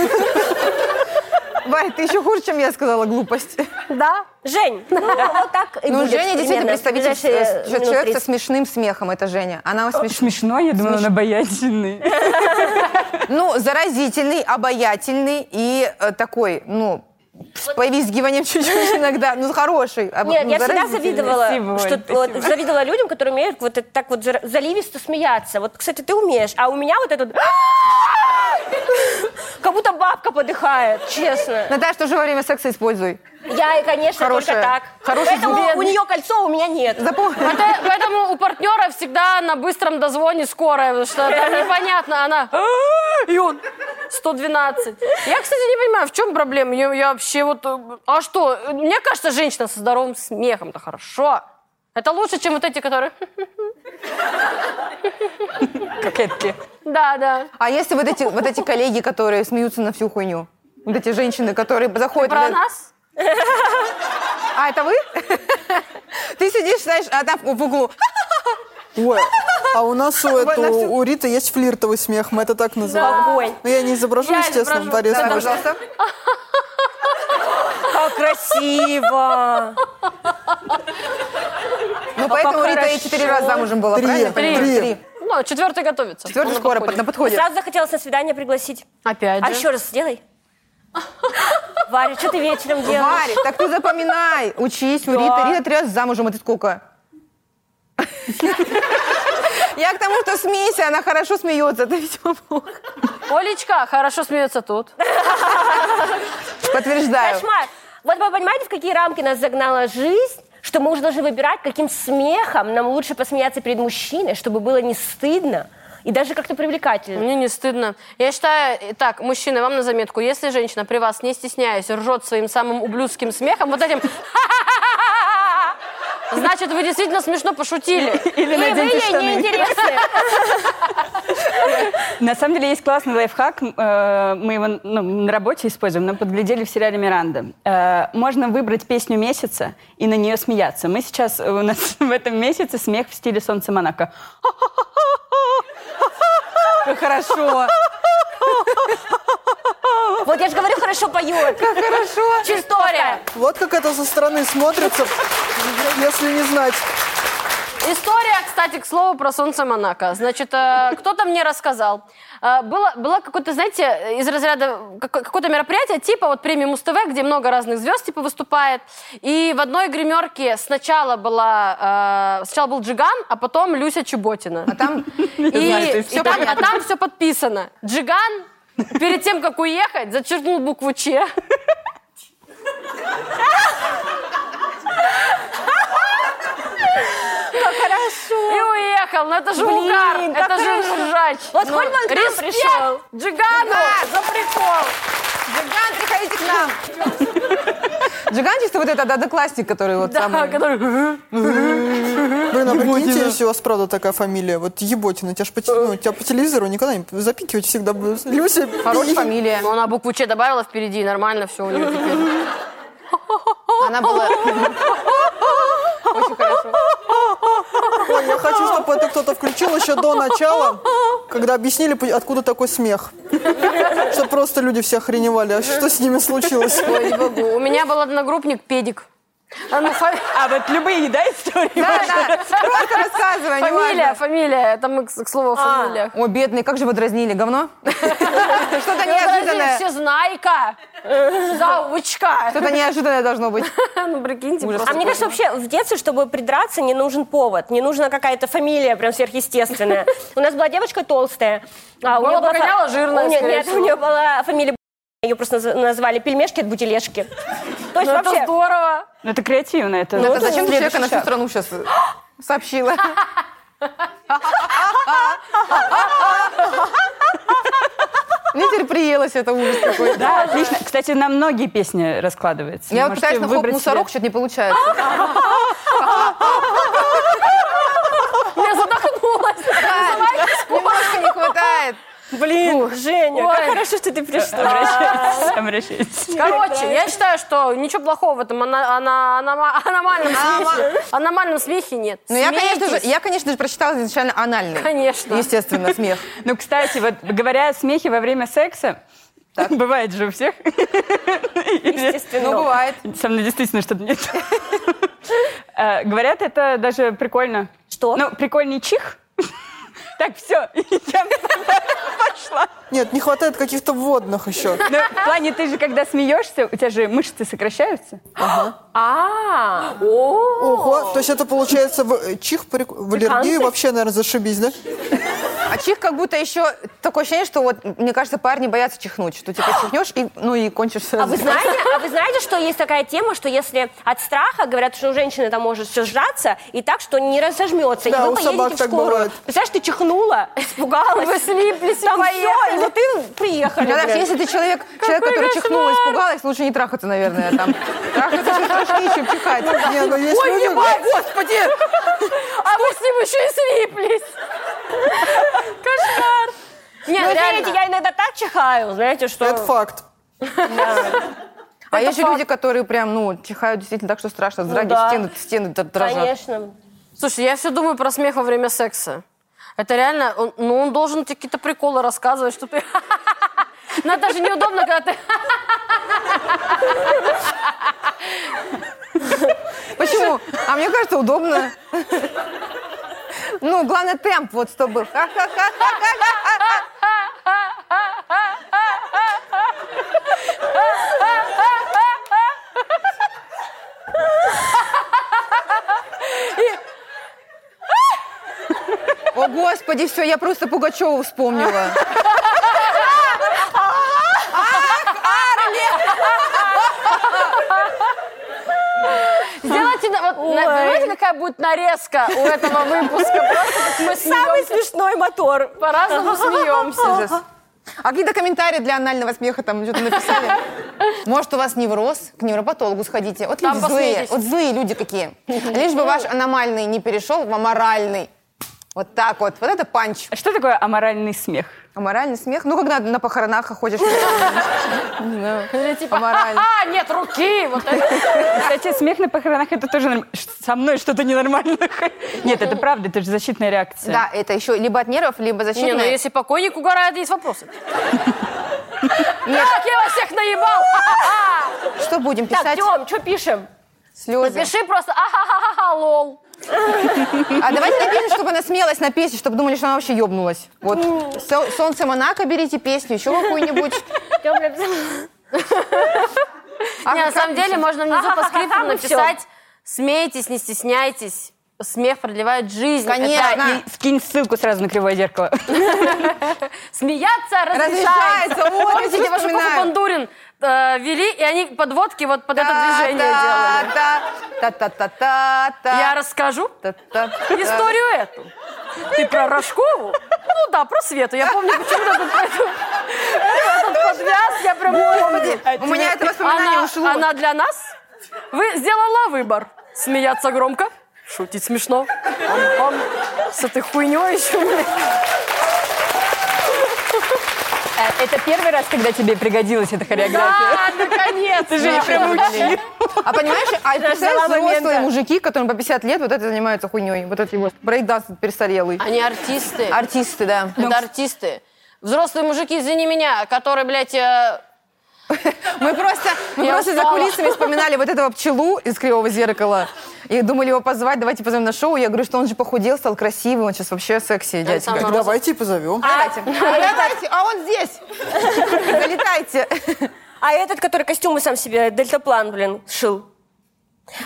Варь, ты еще хуже, чем я сказала глупость.
Да?
Жень, ну вот так и
Ну,
будет
Женя действительно
примерно в
представитель
ближайшие
э,
минут
человек со
30.
смешным смехом, это Женя. Она смешная.
Смешно, я думала, он обаятельный.
Ну, заразительный, обаятельный и э, такой, ну, с повизгиванием чуть-чуть иногда. Ну, хороший. а,
Нет,
ну,
я всегда
заразительный.
завидовала,
Спасибо,
что
Оль, спасибо.
вот завидовала людям, которые умеют вот это так вот зар- заливисто смеяться. Вот, кстати, ты умеешь, а у меня вот этот как будто бабка подыхает, честно.
Наташ, тоже во время секса используй.
Я, и, конечно,
Хорошая-
только так.
хороший
Поэтому
бедный.
у нее кольцо, у меня нет.
Запомни.
Поэтому- Поэтому у партнера всегда на быстром дозвоне скорая, потому что там непонятно, она... «А-а-а», И он 112. Я, кстати, не понимаю, в чем проблема? Я, я вообще вот... э, А что? Мне кажется, женщина со здоровым смехом-то хорошо. Это лучше, чем вот эти, которые...
Кокетки.
Да, да.
А если вот эти, вот эти коллеги, которые смеются на всю хуйню? Вот эти женщины, которые заходят...
Про
в-
нас?
А, это вы? Ты сидишь, знаешь, а там в углу.
Ой, а у нас у,
Вот
эту-
на всю-
у Риты есть флиртовый смех, мы это так называем.
Огонь.
Но я не изображу,
Я
естественно,
изображу,
в Борис
Да,
Борисович.
пожалуйста.
Как красиво.
Ну, поэтому
как
Рита и четыре раза замужем была,
Три.
правильно? я понимаю?
Три.
Ну, четвертый готовится. Ну,
Четвертый
Он
скоро
подходит.
на подходе.
Сразу захотелось на свидание пригласить.
Опять
А
же.
еще раз сделай. Варя, что ты вечером делаешь?
Варя, так ты запоминай. Учись у Риты. Рита три раза замужем, а ты сколько? Я к тому, что смейся, она хорошо смеется. Ты, видимо, плохо.
Олечка хорошо смеется тут.
Подтверждаю.
Кошмар. Вот вы понимаете, в какие рамки нас загнала жизнь? Что мы уже должны выбирать, каким смехом нам лучше посмеяться перед мужчиной, чтобы было не стыдно и даже как-то привлекательно.
Мне не стыдно. Я считаю, э, так, мужчины, вам на заметку, если женщина при вас, не стесняясь, ржет своим самым ублюдским смехом, вот этим... Значит, вы действительно смешно пошутили.
Или
И вы
наденьте
ей не
штаны.
интересны.
На самом деле есть классный лайфхак, э, мы его ну, на работе используем, но подглядели в сериале «Миранда». Э, Можно выбрать песню месяца и на нее смеяться. Мы сейчас, э, у нас в этом месяце смех в стиле «Солнце Монако».
Как хорошо.
Вот я же говорю, хорошо поет. Как хорошо. Чистория.
Вот как это со стороны смотрится, если не знать.
История, кстати, к слову, про солнце Монако. Значит, э, кто-то мне рассказал. Э, Было, было какое-то, знаете, из разряда какое- какое-то мероприятие, типа вот премии Муз-ТВ, где много разных звезд типа выступает. И в одной гримерке сначала была, э, сначала был Джиган, а потом Люся Чеботина.
А там...
И,
Знаешь, то есть
и
всё
там, а
понятно.
там все подписано. Джиган перед тем, как уехать, зачеркнул букву Ч. И уехал. Ну это же
Блин,
угар,
как
это же ржач.
Вот хоть бы он к нам
респект
пришел.
Ну,
Джигану
а,
за прикол.
Джиган, приходите к нам. Джиган чисто вот этот одноклассник, который вот
Да,
самый...
который...
Блин, а прикиньте, если у вас правда такая фамилия, вот Еботина, тебя ж по, те- ну, тебя по телевизору никогда не запикивать всегда будут. Люся,
Хорошая фамилия.
Ну она букву Ч добавила впереди, и нормально все у нее теперь.
Она была... Очень хорошо.
Ой, я хочу, чтобы это кто-то включил еще до начала, когда объяснили, пу- откуда такой смех. Что просто люди все охреневали, а что с ними случилось?
Ой, не могу. У меня был одногруппник Педик. А, ну, фа-
А вот любые, да, истории?
Да, да, просто рассказывай, не
Фамилия,
важно.
фамилия. Это мы, к к слову, о фамилиях.
О, бедный, как же вы дразнили, говно? Что-то неожиданное.
Все знайка, заучка.
Что-то неожиданное должно быть.
Ну, прикиньте,
А мне кажется, вообще в детстве, чтобы придраться, не нужен повод, не нужна какая-то фамилия прям сверхъестественная. У нас была девочка толстая. а, у
Была
неё
бы
фа-
гоняла жирная,
У неё-
скорее
Нет,
всего.
у нее была фамилия ее просто наз- назвали пельмешки от бутилешки. То есть
Ну, это
вообще...
здорово.
Ну это креативно, это...
Это
вот
зачем
следующий
человека на всю
шаг.
страну сейчас сообщила? Мне теперь приелось, это ужас какой.
Да, отлично. Кстати, на многие песни раскладывается.
Я вот
Можете
пытаюсь на хоп
выбрать
мусорок,
себе.
что-то не получается.
Я задохнулась.
Немножко не хватает.
Блин, Женя,
Ой.
как хорошо, что ты пришла.
Обращайтесь, обращайтесь.
Короче, я считаю, что ничего плохого в этом ана- ана- анома- аномальном смехе. Аномальном смехе нет.
Ну, я, конечно же,
Смейтесь.
я, конечно же, прочитала изначально анальный.
Конечно.
Естественно, смех.
Ну, кстати, вот говоря о смехе во время секса, бывает же у всех.
Ну,
Естественно.
бывает.
Со мной действительно что-то нет. Э, Говорят, это даже прикольно.
Что?
Ну, прикольный чих. Так, все, я пошла.
Нет, не хватает каких-то вводных еще.
Ну, в плане, ты же, когда смеешься, у тебя же мышцы сокращаются.
А,
э, Ого, то есть это получается в- чих, прик- в аллергию вообще, наверное, зашибись, да?
А чих как будто еще такое ощущение, что вот, мне кажется, парни боятся чихнуть, что типа чихнешь и, ну, и кончишь
А
сразу.
вы знаете, а вы знаете, что есть такая тема, что если от страха, говорят, что у женщины там может все сжаться, и так, что не разожмется,
Да,
и
у
вы поедете
собак
в
так
скорую.
бывает.
Представляешь, ты чихнула, испугалась. Вы слиплись там все, и вот ты приехали.
Ну, да,
блядь.
если ты человек, человек который чихнул, испугалась, лучше не трахаться, наверное, там. Трахаться чуть страшнее, чем чихать.
Не, ну есть люди-
Ой, господи!
А мы с ним еще и слиплись. Кошмар. Нет, реально.
Ну, знаете, я иногда так чихаю, знаете, что...
Это факт.
А есть же люди, которые прям, ну, чихают действительно так, что страшно. Зраги,
Ну да.
стены, стены д- дрожат.
Конечно.
Слушай, я все думаю про смех во время секса. Это реально, он- ну он должен тебе какие-то приколы рассказывать, что ты... Но даже неудобно, когда ты...
Почему? А мне кажется, удобно. Ну, главное, темп вот, чтобы... ха-ха-ха-ха-ха-ха. О, Господи, все, я просто Пугачеву вспомнила.
Сделайте, на- вот, на- понимаете, какая будет нарезка у этого выпуска? Просто как мы
Самый
смеемся.
смешной мотор.
По-разному смеемся.
Ужас. А какие-то комментарии для анального смеха там что-то написали? Может, у вас невроз? К невропатологу сходите. Вот
Там
люди злые.
посмейтесь.
Вот злые люди какие. Лишь бы ваш аномальный не перешел в аморальный. Вот так вот. Вот это панч.
Что такое аморальный смех?
Аморальный смех. Ну, когда на похоронах ходишь.
Или типа,
Аморально.
а, нет руки, вот это.
Кстати, смех на похоронах это тоже норм- Ш- со мной что-то ненормально. Нет, это правда, это же защитная реакция.
Да, это еще либо от нервов, либо
Не, ну
защитная.
если покойник угорает, есть вопросы.
Нет.
Как я вас всех наебал!
Что будем
Так,
писать?
Тём, что пишем?
Слезы.
Пиши просто а-ха-ха-ха-ха, лол.
А давайте напишем, чтобы она смелась на песню, чтобы думали, что она вообще ебнулась. Вот.
Ну.
Со- Солнце Монако берите песню, еще какую-нибудь.
Тём написал.
А
Не, на
как
самом деле можно внизу по скрипту
ну всё.
написать «Смейтесь, не стесняйтесь». Смех продлевает жизнь.
Конечно.
Это
И скинь ссылку сразу на кривое зеркало.
Смеяться разрешается.
Разрешается, вот,
Помните,
я
девушку
вспоминаю.
Бандурин э, вели, и они подводки вот под это движение делали. Я
та
расскажу историю эту. Ты про Рожкову? Ну да, про Свету. Я помню, почему-то тут поэтому- этот подвяз, я прям помню.
У меня это воспоминание
А Она,
ушло.
она для нас вы сделала выбор. Смеяться громко, шутить смешно. Ам-ам. С этой хуйней еще, блядь.
Э, Это первый раз, когда тебе пригодилась эта хореография.
Да, наконец!
Ты же её прям учила.
А понимаешь, а представь,
Ждала
взрослые
момента.
мужики, которым по 50 лет вот это занимаются хуйней. Вот это его брейкданс перестарелый.
Они артисты.
Артисты, да.
Это артисты. Взрослые мужики, извини меня, которые, блядь, э,
Мы просто, мы
Я
просто за
устала.
кулисами вспоминали вот этого пчелу из «Кривого зеркала». И думали его позвать, давайте позовем на шоу. Я говорю, что он же похудел, стал красивый, он сейчас вообще секси, дядя.
сам-
Галя.
Морозов.
Давайте и позовем.
Давайте. Давайте, а он здесь. Залетайте.
А этот, который костюмы сам себе, дельтаплан, блин, шил.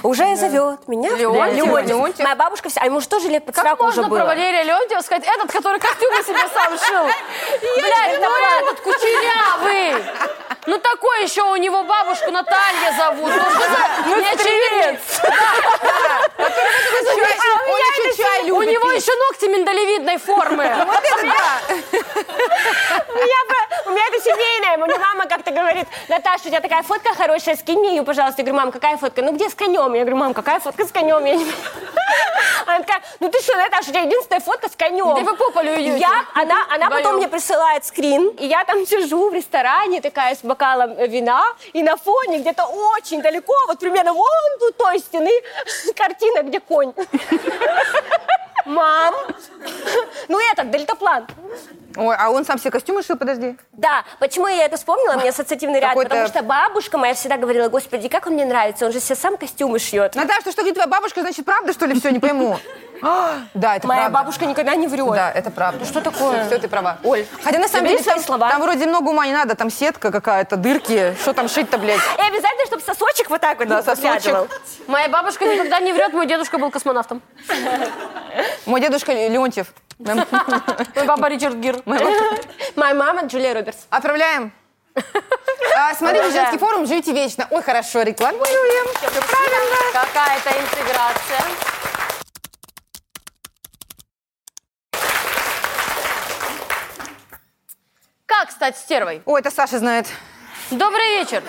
Уже зовет меня.
Леонтьев.
Леонтьев.
Моя бабушка вся, а ему же тоже лет под
как
40 уже
можно
было.
про Валерия Леонтьева сказать, этот, который костюмы себе сам шил? Блядь, ну этот кучерявый! Ну такой еще у него бабушку Наталья зовут. Ну что за неочевидец?
Он еще чай
а
любит.
У него еще ногти миндалевидной формы.
Вот это да.
У меня это семейное. Мне мама как-то говорит, Наташа, у тебя такая фотка хорошая, скинь мне ее, пожалуйста. Я говорю, мам, какая фотка? Ну где с конем? Я говорю, мам, какая фотка с конем? Я не понимаю». Она такая, ну ты что, Наташа, у тебя единственная фотка с конем.
Да вы попали уйдете.
Я, она, она
Вдвоем.
потом мне присылает скрин, и я там сижу в ресторане такая с бокалом э, вина, и на фоне где-то очень далеко, вот примерно вон у той стены, картина, где конь. Мам, ну этот, дельтаплан.
Ой, а он сам себе костюмы шил, подожди.
Да, почему я это вспомнила, у меня ассоциативный ряд,
Какой-то-
потому что бабушка моя всегда говорила, господи, как он мне нравится, он же себе сам костюмы шьет.
Наташа, что говорит твоя бабушка, значит, правда, что ли, все, не пойму. А, Да, это
Моя
правда.
бабушка никогда не врет.
Да, это правда. Что такое? Все, ты права.
Оль,
Хотя на самом
забери
деле
свои
там,
слова.
там вроде много ума не надо, там сетка какая-то, дырки. Что там шить-то, блядь?
И обязательно, чтобы сосочек вот так вот
Да,
не
сосочек.
выглядывал.
Моя бабушка никогда не врет, мой дедушка был космонавтом.
Мой дедушка Ле- Леонтьев.
Мой папа Ричард Гир.
Моя мама Джулия Робертс.
Отправляем. А, Смотрите женский форум «Живите вечно». Ой, хорошо, рекламируем.
Какая-то интеграция. Как стать стервой?
Ой, это Саша знает.
Добрый вечер.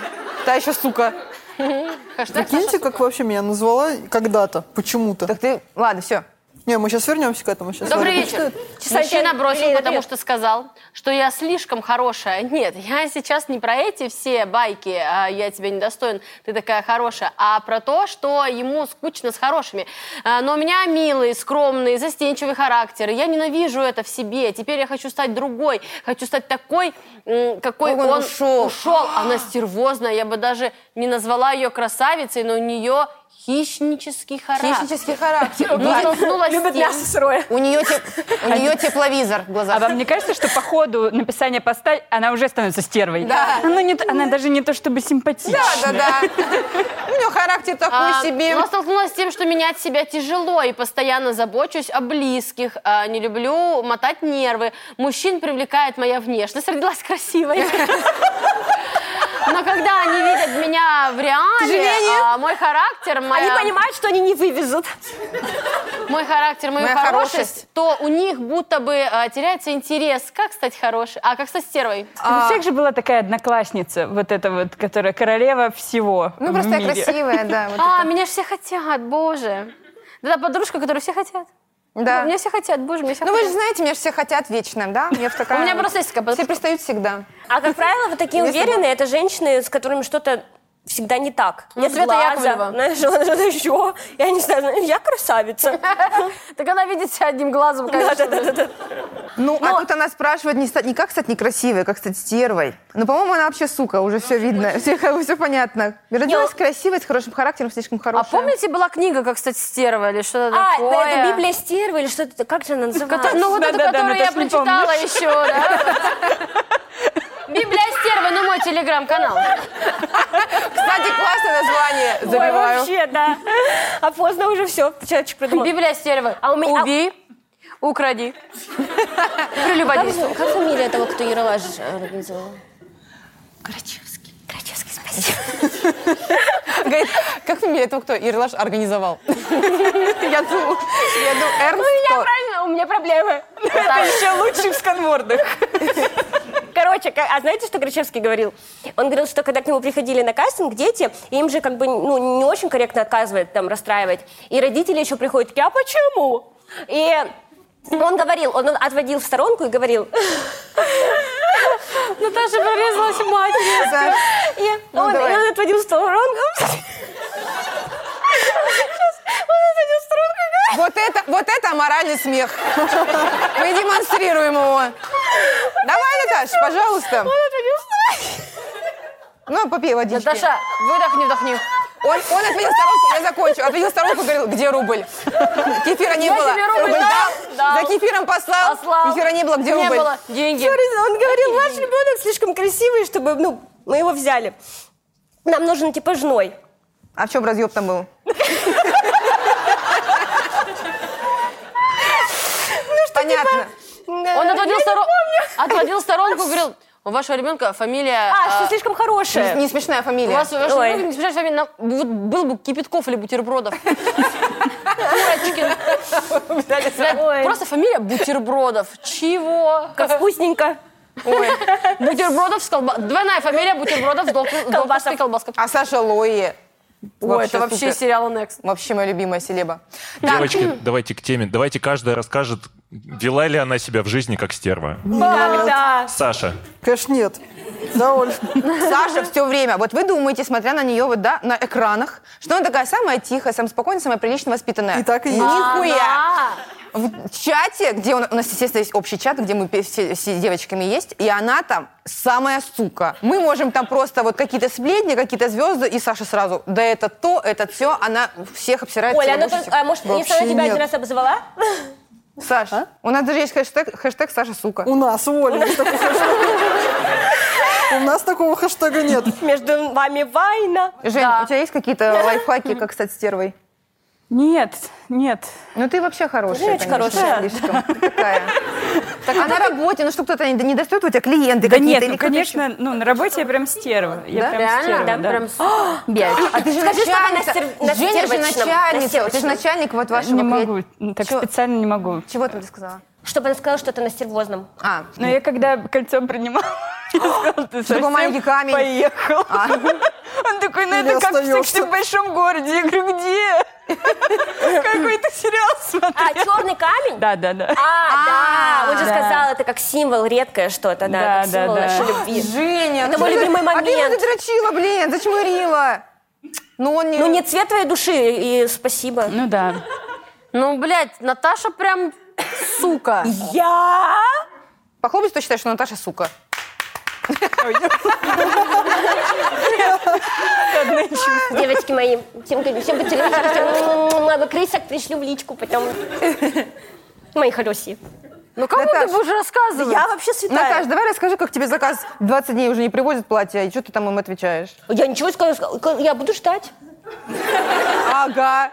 Та еще сука.
Прикиньте, как вообще меня назвала когда-то, почему-то.
Так ты, ладно, все.
Не, мы сейчас вернемся к этому. Сейчас
Добрый вечер. Мужчина бросил, потому что сказал, что я слишком хорошая. Нет, я сейчас не про эти все байки, а, я тебя недостоин, ты такая хорошая, а про то, что ему скучно с хорошими. А, Но у меня милый, скромный, застенчивый характер. и Я ненавижу это в себе. Теперь я хочу стать другой. Хочу стать такой, м, какой
Какой он
он
ушел.
ушел. Она стервозная. Я бы даже не назвала ее красавицей, но у нее хищнический характер.
Хищнический характер.
Ну,
Ладно.
столкнулась с
Любит
ним.
мясо сырое.
У нее, теп- у нее тепловизор в
А
глазах.
вам не кажется, что по ходу написания поста она уже становится стервой?
Да.
Она, не, т- она даже не то чтобы симпатична.
Да, да, да. У нее характер такой
А,
себе.
Но столкнулась с тем, что менять себя тяжело и постоянно забочусь о близких, а, не люблю мотать нервы. Мужчин привлекает моя внешность, родилась красивой. Но когда они видят меня в реале,
сожалению.
а, мой характер,
Они
моя-
понимают, что они не вывезут.
мой характер, мою
Моя
хорошесть, то у них будто бы а, теряется интерес, как стать хорошей, а как стать стервой.
А.
У всех же была такая одноклассница, вот эта вот, которая королева всего
Ну,
в
просто я
мире.
красивая, да. вот
А, меня же все хотят, боже. Да, подружка, которую все хотят.
это. Да.
Меня все хотят, боже, меня все
Ну, вы
хотят.
же знаете, меня же все хотят вечно, да? Я в такая...
У меня просто есть такая
Все
подружка.
пристают всегда.
А как правило, вот такие
Если бы-
уверенные, это женщины, с которыми что-то всегда не так. Нет
Ну, Света
глаза,
Яковлева.
знаешь, что-то еще. Я не знаю, знаю, я красавица.
Так она видит себя одним глазом, конечно.
Ну, а тут она спрашивает не, ста- не как стать некрасивой, как стать стервой. Ну, по-моему, она вообще сука, уже все видно, все, как бы всё понятно. Родилась красивой, с хорошим характером, слишком
А
хорошая.
помните, была книга, как стать стерва или что-то
А,
такое?
это Библия стервы или что-то, как же она называется?
Кото- Ну, вот эту,
Да-да-да,
которую я
Наташа, не
прочитала еще, да? Библия стервы, ну мой телеграм-канал.
Кстати, классное название.
Ой,
Забиваю.
вообще, да. А поздно уже все, человечек придумал.
Библия стервы.
А у меня- а-
Убей, укради,
Как,
прелюбодействуй.
же- как фамилия того, кто Ералаш э, организовал? Карачевский. Карачевский, спасибо.
Говорит, как фамилия этого кто? Ирлаш организовал. Я думаю, я
Ну,
думаю, Эрнст кто?
Правильно, Ну, у меня проблемы.
Ну, Это еще лучший в сканвордах.
Короче, ка- а знаете, что Грачевский говорил? Он говорил, что когда к нему приходили на кастинг дети, им же как бы ну, не очень корректно отказывает, там, расстраивать. И родители еще приходят, такие, а почему? И он говорил, он отводил в сторонку и говорил,
Ну,
Наташа прорезалась мать.
За-
и он, и
давай.
он отводил в сторонку. Сейчас. Он отводил в сторонку и говорит,
Вот это, вот это аморальный смех. Мы демонстрируем его. Давай, Наташ, пожалуйста.
он отводил в сторонку.
Ну, попей водички.
Наташа, выдохни, вдохни.
Он, он ответил сторонку, я закончу. Ответил сторонку, говорил, где рубль? Кефира не
Я
было.
тебе рубль дал, дал.
За кефиром послал.
Послал.
Кефира не было, где
А Не
рубль?
было деньги.
Он говорил, ваш ребенок слишком красивый, чтобы ну, мы его взяли. Нам нужен типа жной.
А в чем разъеб там был?
Ну,
Понятно.
Он отводил, сторо- отводил сторонку, говорил, у вашего ребенка фамилия...
А,
а,
что слишком хорошая.
Не смешная
У
фамилия.
вас, у вас
Ой.
ну, не смешная фамилия, нам- вот был бы кипятков или бутербродов. Курочкин. Да,
Ой.
Просто фамилия бутербродов. Чего?
Как вкусненько.
Ой. Бутербродов с колбаской. Двойная фамилия бутербродов с докторской
Колбасов.
колбаской.
А Саша Лои.
Ой, это вообще
супер.
сериал Next.
Вообще моя любимая селеба. Так,
Девочки, давайте к теме. Давайте каждая расскажет, вела ли она себя в жизни как стерва.
Да.
Саша,
Конечно, нет. Да, Оль?
Саша все время, вот вы думаете, смотря на нее вот, да, на экранах, что она такая самая тихая, самая спокойная, самая прилично воспитанная.
И так и есть.
Нихуя!
А,
В чате, где у нас, у нас, естественно, есть общий чат, где мы пе- все, все с девочками есть, и она там самая сука. Мы можем там просто вот какие-то сплетни, какие-то звезды, и Саша сразу, да это то, это все, она всех обсирает.
Оля,
всех
она
больше
только-
всех.
а, может, не
Вообще
сама тебя
нет.
один раз обозвала?
Саша,
А?
у нас даже есть хэштег, хэштег Саша сука.
У нас, у Оли, есть такой хэштег. У нас такого хэштега нет.
Между вами война.
Жень, у тебя есть какие-то лайфхаки, как стать стервой?
Нет, нет.
Ну ты вообще хорошая,
очень
конечно,
хорошая.
слишком. Ты такая. а на работе, ну что кто-то не не достает, у тебя клиенты
Да
какие-то
нет,
или
ну,
кто-то
конечно, ну, на работе я прям стерва. Я
Да?
прям стерва,
Реально, да,
да.
прям с-
Блядь, а ты же
Скажи, что она
начальница.
настер- на
Женя же
стервочном,
начальница.
на
Ты же начальник вот вашего...
Не
клиента.
могу, так
Чё-
специально не могу.
Чего ты сказала?
Чтобы она сказала, что ты на стервозном.
А,
Но Ну, я когда кольцо принимала, я сказала, ты совсем
маленький камень.
поехал.
а,
Он такой, ну
Или
это как в сексе
остаёшься.
в большом городе. Я говорю, где? Какой ты сериал
А,
смотрел?
черный камень?
Да, да, да.
А, да. Он же
Да.
сказал, это как символ, редкое что-то,
Да,
да, как
да,
символ
да.
нашей любви.
Женя,
Это
ты
мой
же-
любимый
А ты его
момент.
додрочила, блин, зачмырила. Ну он не...
Ну, не цвет твоей души, и спасибо.
Ну да.
Ну, блядь, Наташа прям сука.
Я?
Похлопать, кто считает, что Наташа сука?
Девочки мои, всем, всем по телевизору, всем, много крысок пришлю в личку потом. Мои холёси.
Ну, кому
Наташ,
ты будешь рассказывать?
Я вообще святая.
Наташа, давай расскажи, как тебе заказ 20 дней уже не привозят платья, и что ты там им отвечаешь?
Я ничего не скажу, я буду ждать.
Ага.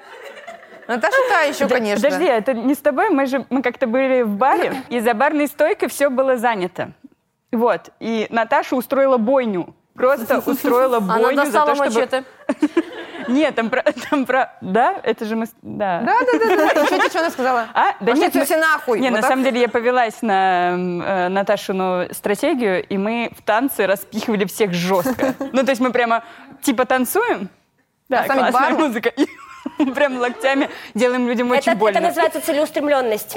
Наташа та еще, конечно.
Подожди, а это не с тобой, мы же мы как-то были в баре, и за барной стойкой все было занято. Вот, и Наташа устроила бойню. Просто устроила
Она
бойню за
достала
то, чтобы...
мачете.
Нет, там про... Там про... Да? Это же мы... с- Да.
Да, да, да, да. И что тебе что она сказала?
А, да
Пошли
нет,
ты
мы-
все нахуй.
Не,
Вот
на
так?
самом деле я повелась на м, э, Наташину стратегию, и мы в танце распихивали всех жестко. Ну, то есть мы прямо типа танцуем, да,
сами к
классная
бару?
музыка, и прям локтями делаем людям
Это,
очень
это
больно.
называется целеустремленность.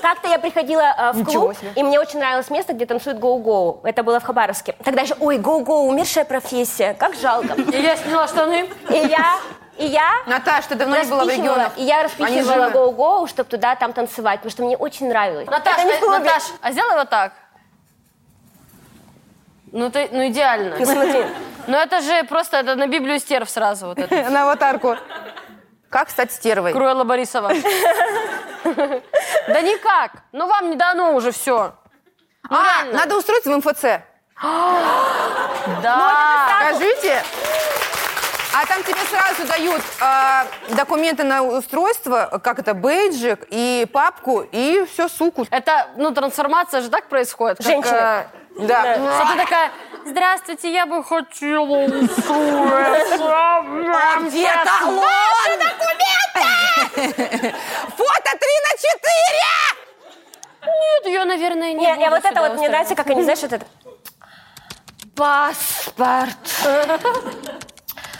Как-то я приходила э, в
Ничего
клуб,
себе.
и мне очень нравилось место, где танцует гоу-гоу. Это было в Хабаровске. Тогда еще, ой, гоу-гоу, умершая профессия, как жалко.
И я сняла штаны.
И я, и я
Наташ, ты давно не была в
распихивала-
регионах.
И я
Они
распихивала
живы.
гоу-гоу, чтобы туда там танцевать, потому что мне очень нравилось.
Наташ,
Это не
э,
ты-
в клубе.
Наташ, а сделай вот так. Ну, ты, ну идеально.
Ну, смотри.
Ну это же просто это на Библию стерв сразу вот это.
На аватарку. Как стать стервой?
Круэлла Борисова. Да никак. Ну вам не дано уже все.
А, надо устроиться в МФЦ.
Да.
Скажите. А там тебе сразу дают а, документы на устройство, как это, бейджик и папку, и все,
Э,
суку. А,
Это, ну, трансформация же так происходит. как,
Женщины.
э,
Да. Ну,
Что ты такая, здравствуйте, я бы хотела устроиться.
Где-то он! Ваши документы! Фото 3 на 4!
Нет, ее, наверное, не
Не,
буду
я вот это
сюда
вот мне
устраивать.
нравится, как они, знаешь, вот это...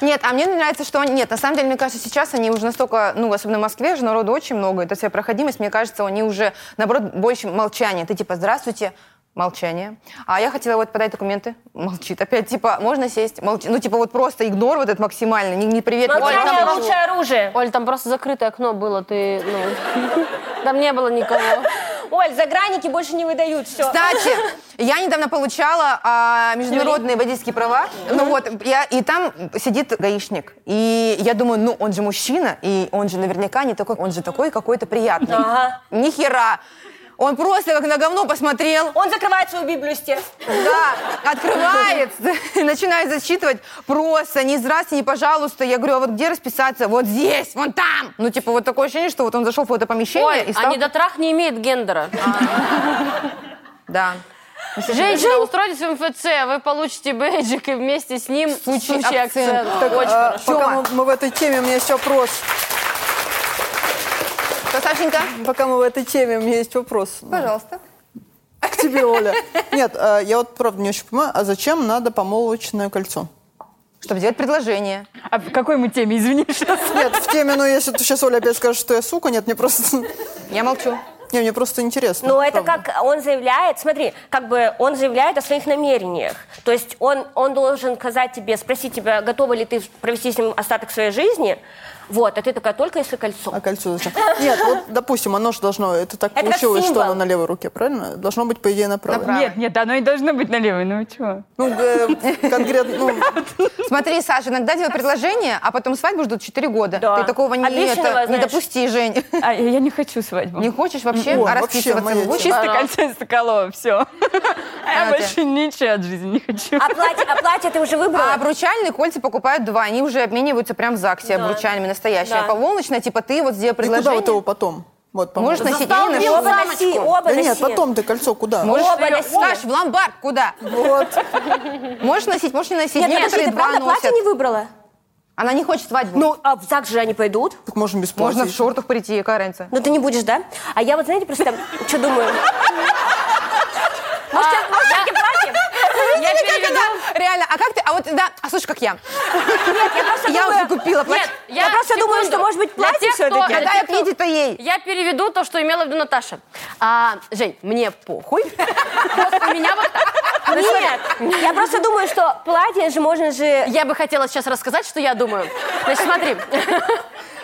Нет, а мне нравится, что они... Нет, на самом деле, мне кажется, сейчас они уже настолько... Ну, особенно в Москве же народу очень много. Это вся проходимость. Мне кажется, они уже, наоборот, больше молчания. Ты типа, здравствуйте, молчание. А я хотела вот подать документы. Молчит. Опять, типа, можно сесть? Молчи. Ну, типа, вот просто игнор вот этот максимально. Не, не привет. не
Молчание
Молчание
пока.
там
лучшее оружие.
Оль, там просто закрытое окно было, ты, ну... Там не было никого.
Оль, загранники больше не выдают, все.
Кстати, я недавно получала а, международные водительские права. Ну вот, я, и там сидит гаишник. И я думаю, ну он же мужчина, и он же наверняка не такой, он же такой какой-то приятный.
Ага.
Ни хера. Он просто как на говно посмотрел,
Он закрывает свою библию, стер.
да, открывает, начинает зачитывать просто, не здрасте, не пожалуйста. Я говорю, а вот где расписаться? Вот здесь, вон там. Ну, типа, вот такое ощущение, что вот он зашел в это помещение
Ой,
и
а
стал...
недотрах не имеет гендера.
Да.
Женщина, устройтесь в МФЦ, вы получите бейджик и вместе с ним
Сучий
сучий акцент.
акцент.
Очень
А,
хорошо.
пока
Тёма.
мы, мы в этой теме, у меня есть вопрос.
Что, Сашенька?
Пока мы в этой теме, у меня есть вопрос.
Пожалуйста.
К тебе, Оля. Нет, а, я вот правда не очень понимаю, а зачем надо помолвочное кольцо?
Чтобы сделать предложение.
А в какой мы теме, извини, сейчас?
Нет, в теме, ну если ты сейчас Оля опять скажет, что я сука, нет, мне просто...
Я молчу.
Не, мне просто интересно.
Ну, это
правда.
как он заявляет, смотри, как бы он заявляет о своих намерениях. То есть он, он должен сказать тебе, спросить тебя, готова ли ты провести с ним остаток своей жизни. Вот, а ты такая, только если кольцо.
А кольцо зачем? Нет, вот, допустим, оно же должно, это так
Это как
получилось, что
символ.
оно на левой руке, правильно? Должно быть, по идее, на правой.
Направо.
Нет, нет, оно и должно быть на левой, ну вы чего?
Ну, э, конкретно, ну,
Смотри, Саша, иногда делают предложение, а потом свадьбу ждут 4 года.
Да.
Ты такого не,
Обещанного,
это, не
знаешь.
допусти, Жень.
А, я я не хочу свадьбу.
Не хочешь вообще а
О, вообще
расписываться?
моя
не будешь? а,
Чисто кольцо из Соколова, все. Я
Надя.
больше ничего от жизни не хочу.
А платье, а платье ты уже выбрала?
А обручальные кольца покупают два. Они уже обмениваются прям в ЗАГСе обручальными. На настоящая, полуночная, типа ты вот сделай
И куда
предложение.
вот его потом? Вот, по-моему.
Можешь носить
Застал
или на
его
шею.
за-
Оба носи,
Замочку.
оба
Да нет,
носи.
потом ты кольцо куда?
Можешь,
Оба
её-
носили.
Саш, в ломбард, куда?
Вот.
Можешь носить, можешь не носить.
Нет, подожди,
Некоторые
ты
два
правда платье
носят.
не выбрала?
Она не хочет свадьбу.
Ну, а так же они пойдут.
Так можно без
Можно в
платья.
шортах прийти, какая разница.
Ну, ты не будешь, да? А я вот, знаете, просто что думаю?
А,
Может, я- может, я-
Я
Как
переведу.
это? Реально, а как ты? А вот, да, а слушай, как я.
Нет, я просто
Я
думаю-
уже купила
Нет,
платье.
Я просто думаю, что, может быть,
Для
платье
тех, кто-
всё-таки.
для
Когда
тех,
я
кто-
едет, то ей.
Я переведу то, что имела в виду Наташа. А, Жень, мне похуй. Просто у меня вот так. Ну, смотри,
Нет, я просто думаю, что платье же можно же...
Я бы хотела сейчас рассказать, что я думаю. Значит, смотри.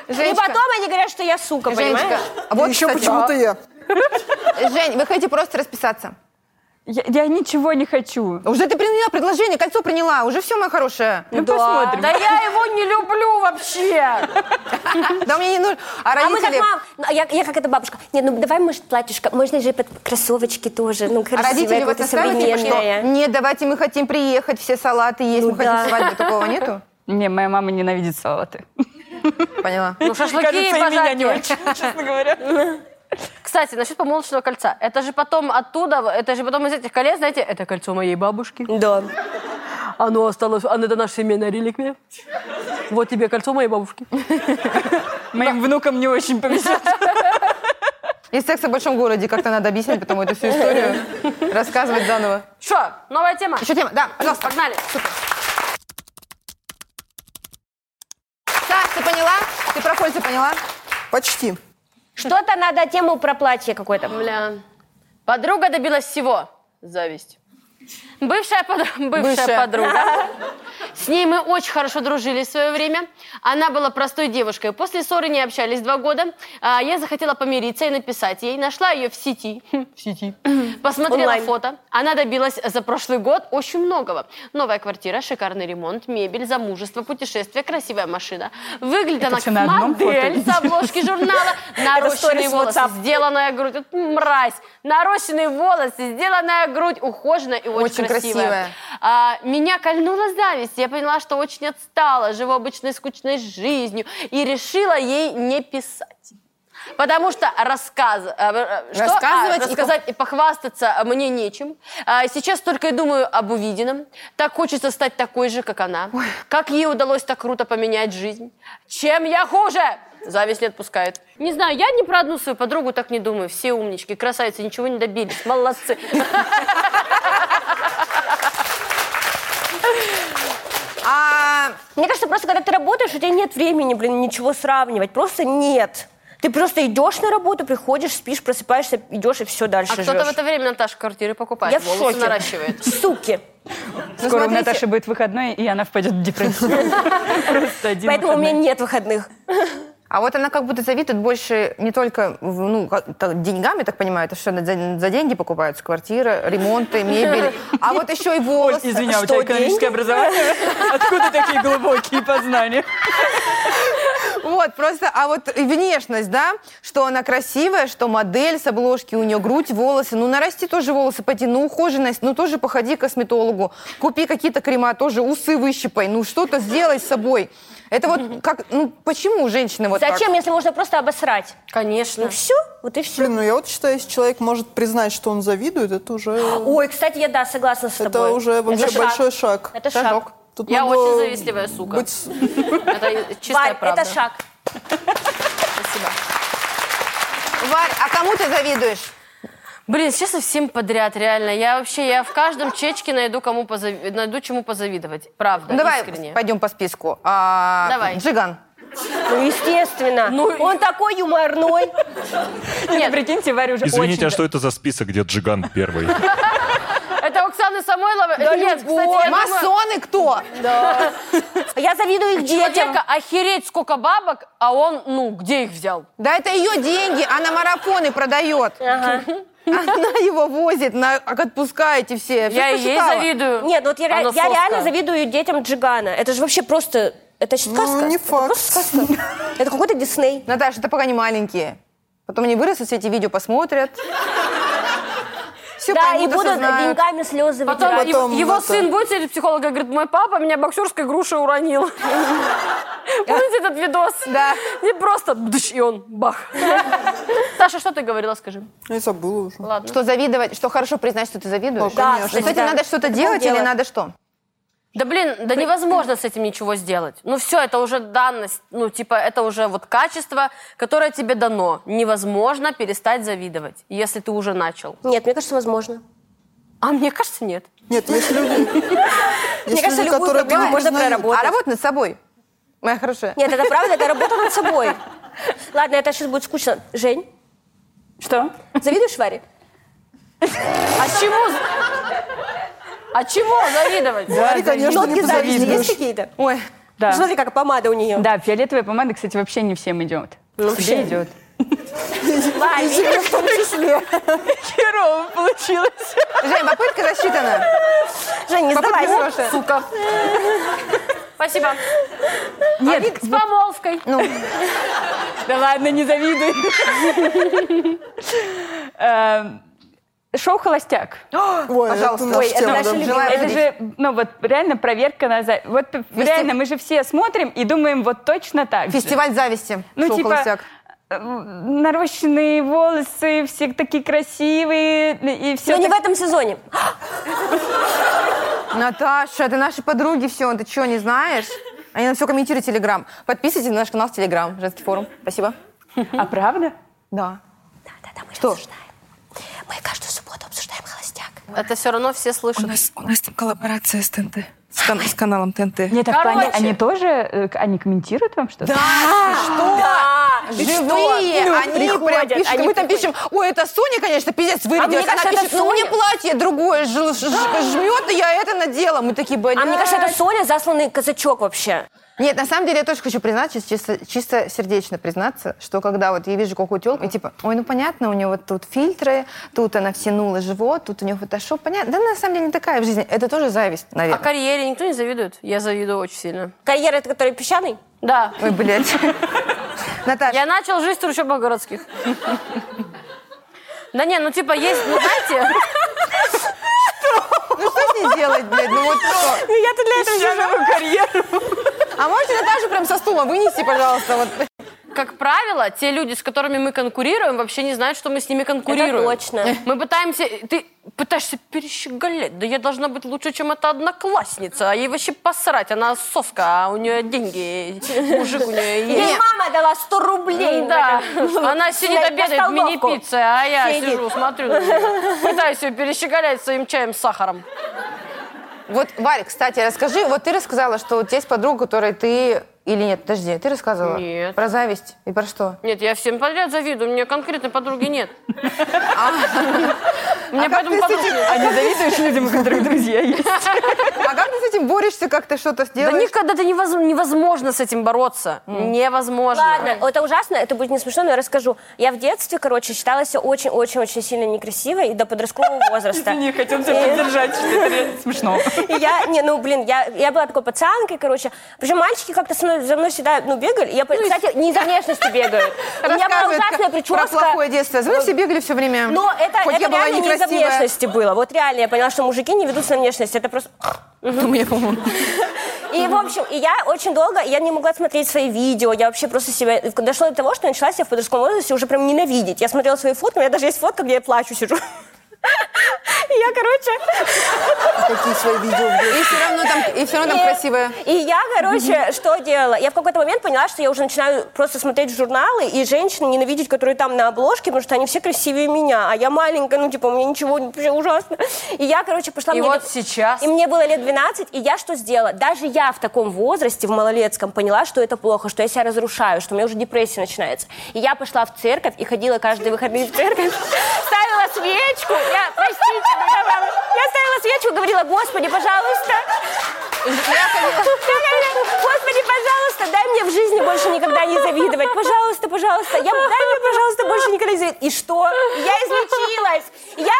И потом они говорят, что я сука,
Женечка,
понимаешь?
а вот,
Еще
кстати,
Ну, почему-то я.
Жень, вы хотите просто расписаться?
Я, я ничего не хочу.
Уже ты приняла предложение, кольцо приняла, уже все, моя хорошая.
Ну, посмотрим.
Да я его не люблю вообще.
Да мне не нужно. А
А мы как
родители,
мам, ну, а я, я как эта бабушка. Нет, ну давай, может, платьюшко, можно же под кроссовочки тоже, ну,
а
красивое,
родители вот
какое-то
настаивают, типа, что
современное.
нет, давайте мы хотим приехать, все салаты есть,
Ну
мы
да.
хотим свадьбы, такого нету?
Не, моя мама ненавидит салаты.
Поняла.
Ну, шашлыки
Кажется, и
пожарки.
меня не очень, честно говоря.
Кстати, насчет помолвочного кольца. Это же потом оттуда, это же потом из этих колец, знаете, это кольцо моей бабушки.
Да.
Оно осталось, оно это наша семейная реликвия. Вот тебе кольцо моей бабушки.
Моим внукам не очень повезет.
И секс в большом городе как-то надо объяснить, потому эту всю историю рассказывать заново.
Что, новая тема?
Еще тема, да, пожалуйста.
Погнали.
Саш, ты поняла? Ты про кольца поняла?
Почти.
Что-то надо тему про платье какое-то.
Бля. Подруга добилась всего. Зависть. Бывшая, подруга- бывшая,
Бывшая.
подруга. С ней мы очень хорошо дружили в свое время. Она была простой девушкой. После ссоры не общались два года. А, Я захотела помириться и написать ей. Нашла ее в сети. В сети. Посмотрела
Онлайн.
фото. Она добилась за прошлый год очень многого. Новая квартира, шикарный ремонт, мебель, замужество, путешествие, красивая машина. Выглядит она
всё
как
на одном фото?
модель с обложки журнала. Нарощенные
сторис
волосы,
WhatsApp.
сделанная грудь. Вот Мразь. Нарощенные волосы, сделанная грудь, ухоженная и очень,
Очень красивая.
а, меня кольнула зависть. Я поняла, что очень отстала, живу обычной скучной жизнью. И решила ей не писать. Потому что рассказ, э, э, что, а,
Рассказывать и
рассказать и похвастаться мне нечем. А, Сейчас только и думаю об увиденном. Так хочется стать такой же, как она. Как ей удалось так круто поменять жизнь? Чем я хуже? Зависть не отпускает. Не знаю, я ни про одну свою подругу так не думаю. Все умнички, красавицы, ничего не добились. Молодцы.
А,
Мне кажется, просто когда ты работаешь, у тебя нет времени, блин, ничего сравнивать. Просто нет. Ты просто идешь на работу, приходишь, спишь, просыпаешься, идешь и все дальше
А кто-то в
живешь.
это время Наташа квартиры покупает,
Я в
волосы
шоке.
наращивает.
Суки.
Скоро у
Ну, смотрите.
Наташи будет выходной, и она впадет в депрессию. Просто один
Поэтому у меня
выходной.
нет выходных.
а вот она как будто завидует больше не только в- ну, как- так, деньгами, так понимаю, это все за, за деньги покупаются, квартира, ремонты, мебель, а вот еще и
Оль,
волосы.
извини, а у
Что
тебя экономическое образование? Откуда такие глубокие познания?
Вот, просто, а вот и внешность, да, что она красивая, что модель с обложки, у нее грудь, волосы, ну нарасти тоже волосы, пойди, ну ухоженность, ну тоже походи к косметологу, купи какие-то крема, тоже усы выщипай, ну что-то сделай с собой. Это вот как, ну почему женщины вот
Зачем, если можно просто обосрать?
Конечно.
Ну все, вот и все.
Блин, ну я вот считаю, если человек может признать, что он завидует, это уже...
Ой, кстати, я да, согласна с
Это
тобой.
уже вообще
шаг.
большой шаг.
Это шаг.
Тут
Я
могло
очень завистливая сука.
быть с-
Это чистая
Ну, Варь,
правда.
это шаг.
Спасибо.
так? Варь, а кому ты завидуешь?
Блин, честно, всем подряд, реально. Я вообще, я в каждом чечке найду, кому позави- найду чему позавидовать. Правда,
Ну, давай
искренне.
пойдем по списку. А,
Давай.
Джиган.
Ну, естественно.
Ну,
Он такой юморной.
Нет, прикиньте, Варя уже
Извините,
очень...
а что это за список, где Джиган первый?
Это Оксана Самойлова? Нет, кстати, я думаю,
Масоны кто?
Я завидую их
у
детям.
человека охереть сколько бабок, а он, ну, где их взял?
Да это ее деньги, она марафоны продает. Она его возит, на, как отпускаете все. Я, всё
я и ей
посчитала.
завидую.
Нет, ну вот я, ре-
Она
я
соска.
реально завидую детям Джигана. Это же вообще просто... Это же сказка.
Ну, не
Это
факт.
просто сказка. Это какой-то Дисней.
Наташа, это пока не маленькие. Потом они вырастут, все эти видео посмотрят. Все
Да, и
поймут,
будут
осознают.
деньгами слезы
Потом,
вытирать.
его-
Потом,
его
потом.
сын будет сидеть у психолога и говорит, мой папа меня боксерской грушей уронил. Помните этот видос?
Да.
Не просто дыш, и он бах. Саша, что ты говорила, скажи?
Ну и забыла уже.
Ладно.
Что завидовать, что хорошо признать, что ты завидуешь.
О, Да,
То
конечно.
есть этим
да.
надо что-то
Это
делать или
дело.
надо что? А
Да блин, да невозможно с этим ничего сделать. Ну все, это уже данность, ну типа это уже вот качество, которое тебе дано. Невозможно перестать завидовать, если ты уже начал.
Нет, мне кажется, возможно.
А мне кажется, нет.
Нет, есть люди, есть
кажется,
люди,
любую
которые
проблему
это не
можно
признают.
проработать. Вот.
А работать над собой. Моя хорошая.
Нет, это правда, это работа над собой. Ладно, это сейчас будет скучно. Жень,
Что?
завидуешь Варе?
А чему? з- А чему завидовать?
Варе, конечно, не
Нотки зависти ну, есть
позавидуешь.
какие-то?
Ой, да.
Смотри, как помада у нее.
Да, фиолетовая помада, кстати, вообще не всем идет. Тебе идет.
А
И тебе в том числе.
Херово получилось.
Жень, попытка засчитана.
Жень, не
Попытка
сдавайся.
хорошая.
Сука. Спасибо. Нет, с помолвкой.
Да ладно, не завидуй. Эм, Шоу «Холостяк».
Ой,
Пожалуйста.
это наша
Ой, это
тема,
наши
да.
любимые.
Желаю
Это
удачи.
же, ну вот реально проверка на за- Вот реально, мы же все смотрим и думаем вот точно так. же.
Фестиваль зависти.
Ну
Шоу
типа
«Холостяк».
э, нарощенные волосы, все такие красивые и все.
Но Ну, не в этом сезоне.
Наташа, ты наши подруги, все, ты что, не знаешь? Они нам все комментируют в Телеграм. Подписывайтесь на наш канал в Телеграм, женский форум. Спасибо.
А правда?
Да.
Да-да-да, мы
Что?
обсуждаем. Мы каждую субботу обсуждаем холостяк.
Это все равно все
У
слышат.
нас, у нас там коллаборация с ТНТ. С, кан- с каналом ТНТ.
Нет, так
Короче.
они, они тоже, э, к- они комментируют вам что-то? Да.
Живые,
Ну,
они прям
приходят,
пишут,
они
мы там пишем, ой, это Соня, конечно, пиздец, вырядилась.
мне кажется,
Она
это
пишет, ну, у меня
Соня.
платье другое ж- ж- ж- жмет, и я это надела. Мы такие, блядь.
А мне кажется, это Соня засланный казачок вообще.
Нет, на самом деле я тоже хочу признать, чис- чисто, чисто сердечно признаться, что когда вот я вижу какую-то телку, и типа, ой, ну понятно, у нее вот тут фильтры, тут она всянула живот, тут у нее фотошоп, понятно. Да на самом деле не такая в жизни. Это тоже зависть,
А
наверное.
карьере никто не завидует? Я завидую очень сильно.
Карьера, это который песчаный?
Да.
Ой, блядь. Наташа,
Я начал жизнь в трущобах городских. Да не, ну типа есть, ну знаете,
ну что с ней делать, блядь? Ну вот что?
Ну я-то для этого
А можете Наташу прям со стула вынести, пожалуйста? Вот.
как правило, те люди, с которыми мы конкурируем, вообще не знают, что мы с ними конкурируем.
Это точно.
Мы пытаемся... Ты пытаешься перещеголять. Да я должна быть лучше, чем эта одноклассница. А ей вообще посрать. Она соска, а у нее деньги. Мужик у нее есть.
Ей мама дала 100 рублей.
Да,
Ну,
на-
она сидит
на
обедает
столовку.
мини-пиццей, а я
Сидит.
сижу, смотрю на неё. Пытаюсь ее перещеголять своим чаем с сахаром.
Вот, Варя, кстати, расскажи, вот ты рассказала, что у тебя есть подруга, которой ты... Или нет, подожди, ты рассказывала?
Нет.
Про зависть и про что?
Нет, я всем подряд завидую, у меня конкретной подруги нет. У меня
А как
поэтому
ты с этим-
подруги нет.
А не завидуешь людям, у которых друзья есть?
А как ты с этим борешься, как ты что-то
Да
сделаешь?
никогда это невоз- невозможно с этим бороться.
Ладно,
Невозможно.
это ужасно, это будет не смешно, но я расскажу. Я в детстве, короче, считала себя очень-очень-очень сильно некрасивой и до подросткового возраста.
Не хотел тебя поддержать, что это реально смешно.
И я, не, ну, блин, я, я была такой пацанкой, короче. Причем мальчики как-то со мной, за мной всегда, ну, бегали. Я, по- кстати, не из-за внешности бегают. У меня была
Рассказывает
ужасная
как-
прическа.
Про плохое детство. За мной все бегали все время.
Но это,
Хоть
это
я была
реально не из-за
некрасивая.
внешности было. Вот реально я поняла, что мужики не ведутся на внешность. Это просто... И, в общем, и я очень долго, я не могла смотреть свои видео, я вообще просто себя... Дошло до того, что я начала себя в подростковом возрасте уже прям ненавидеть. Я смотрела свои фотки, у меня даже есть фотка, где я плачу, сижу. И я, короче...
Какие свои видео в
И все равно там, и все равно там
и-
красивая.
И я, короче, что делала? Я в какой-то момент поняла, что я уже начинаю просто смотреть журналы и женщин ненавидеть, которые там на обложке, потому что они все красивее меня, а я маленькая, ну, типа, у меня ничего, вообще ужасно. И я, короче, пошла...
И
мне
вот
лет-
сейчас.
И мне было лет 12, и я что сделала? Даже я в таком возрасте, в малолетском, поняла, что это плохо, что я себя разрушаю, что у меня уже депрессия начинается. И я пошла в церковь и ходила каждые выходные в церковь, ставила свечку. Я, простите, но я вам- я ставила свечку, говорила, Господи, пожалуйста, Ля-ля-ля. Господи, пожалуйста, дай мне в жизни больше никогда не завидовать. Пожалуйста, пожалуйста. Я, дай мне, пожалуйста, больше никогда не завидовать. И что? Я излечилась. Я...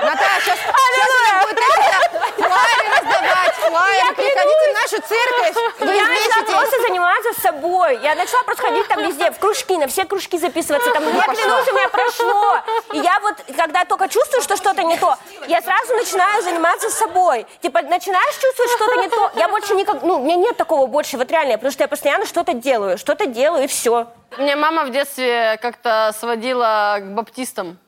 Наташа, сейчас, сейчас у нас будет эти, да, флаеры раздавать, флаеры. Приходите в нашу вашу церковь, вы
Я начала
изместитесь.
просто заниматься собой. Я начала просто ходить там везде, в кружки, на все кружки записываться. Там, я клянусь, у меня прошло. И я вот, когда только чувствую, что что-то не то, я сразу начинаю заниматься собой. Типа, начинаешь чувствовать что-то не то. Я больше никак... Ну, у меня нет такого больше, вот реально, потому что я постоянно что-то делаю, что-то делаю, и все.
Меня мама в детстве как-то сводила к баптистам.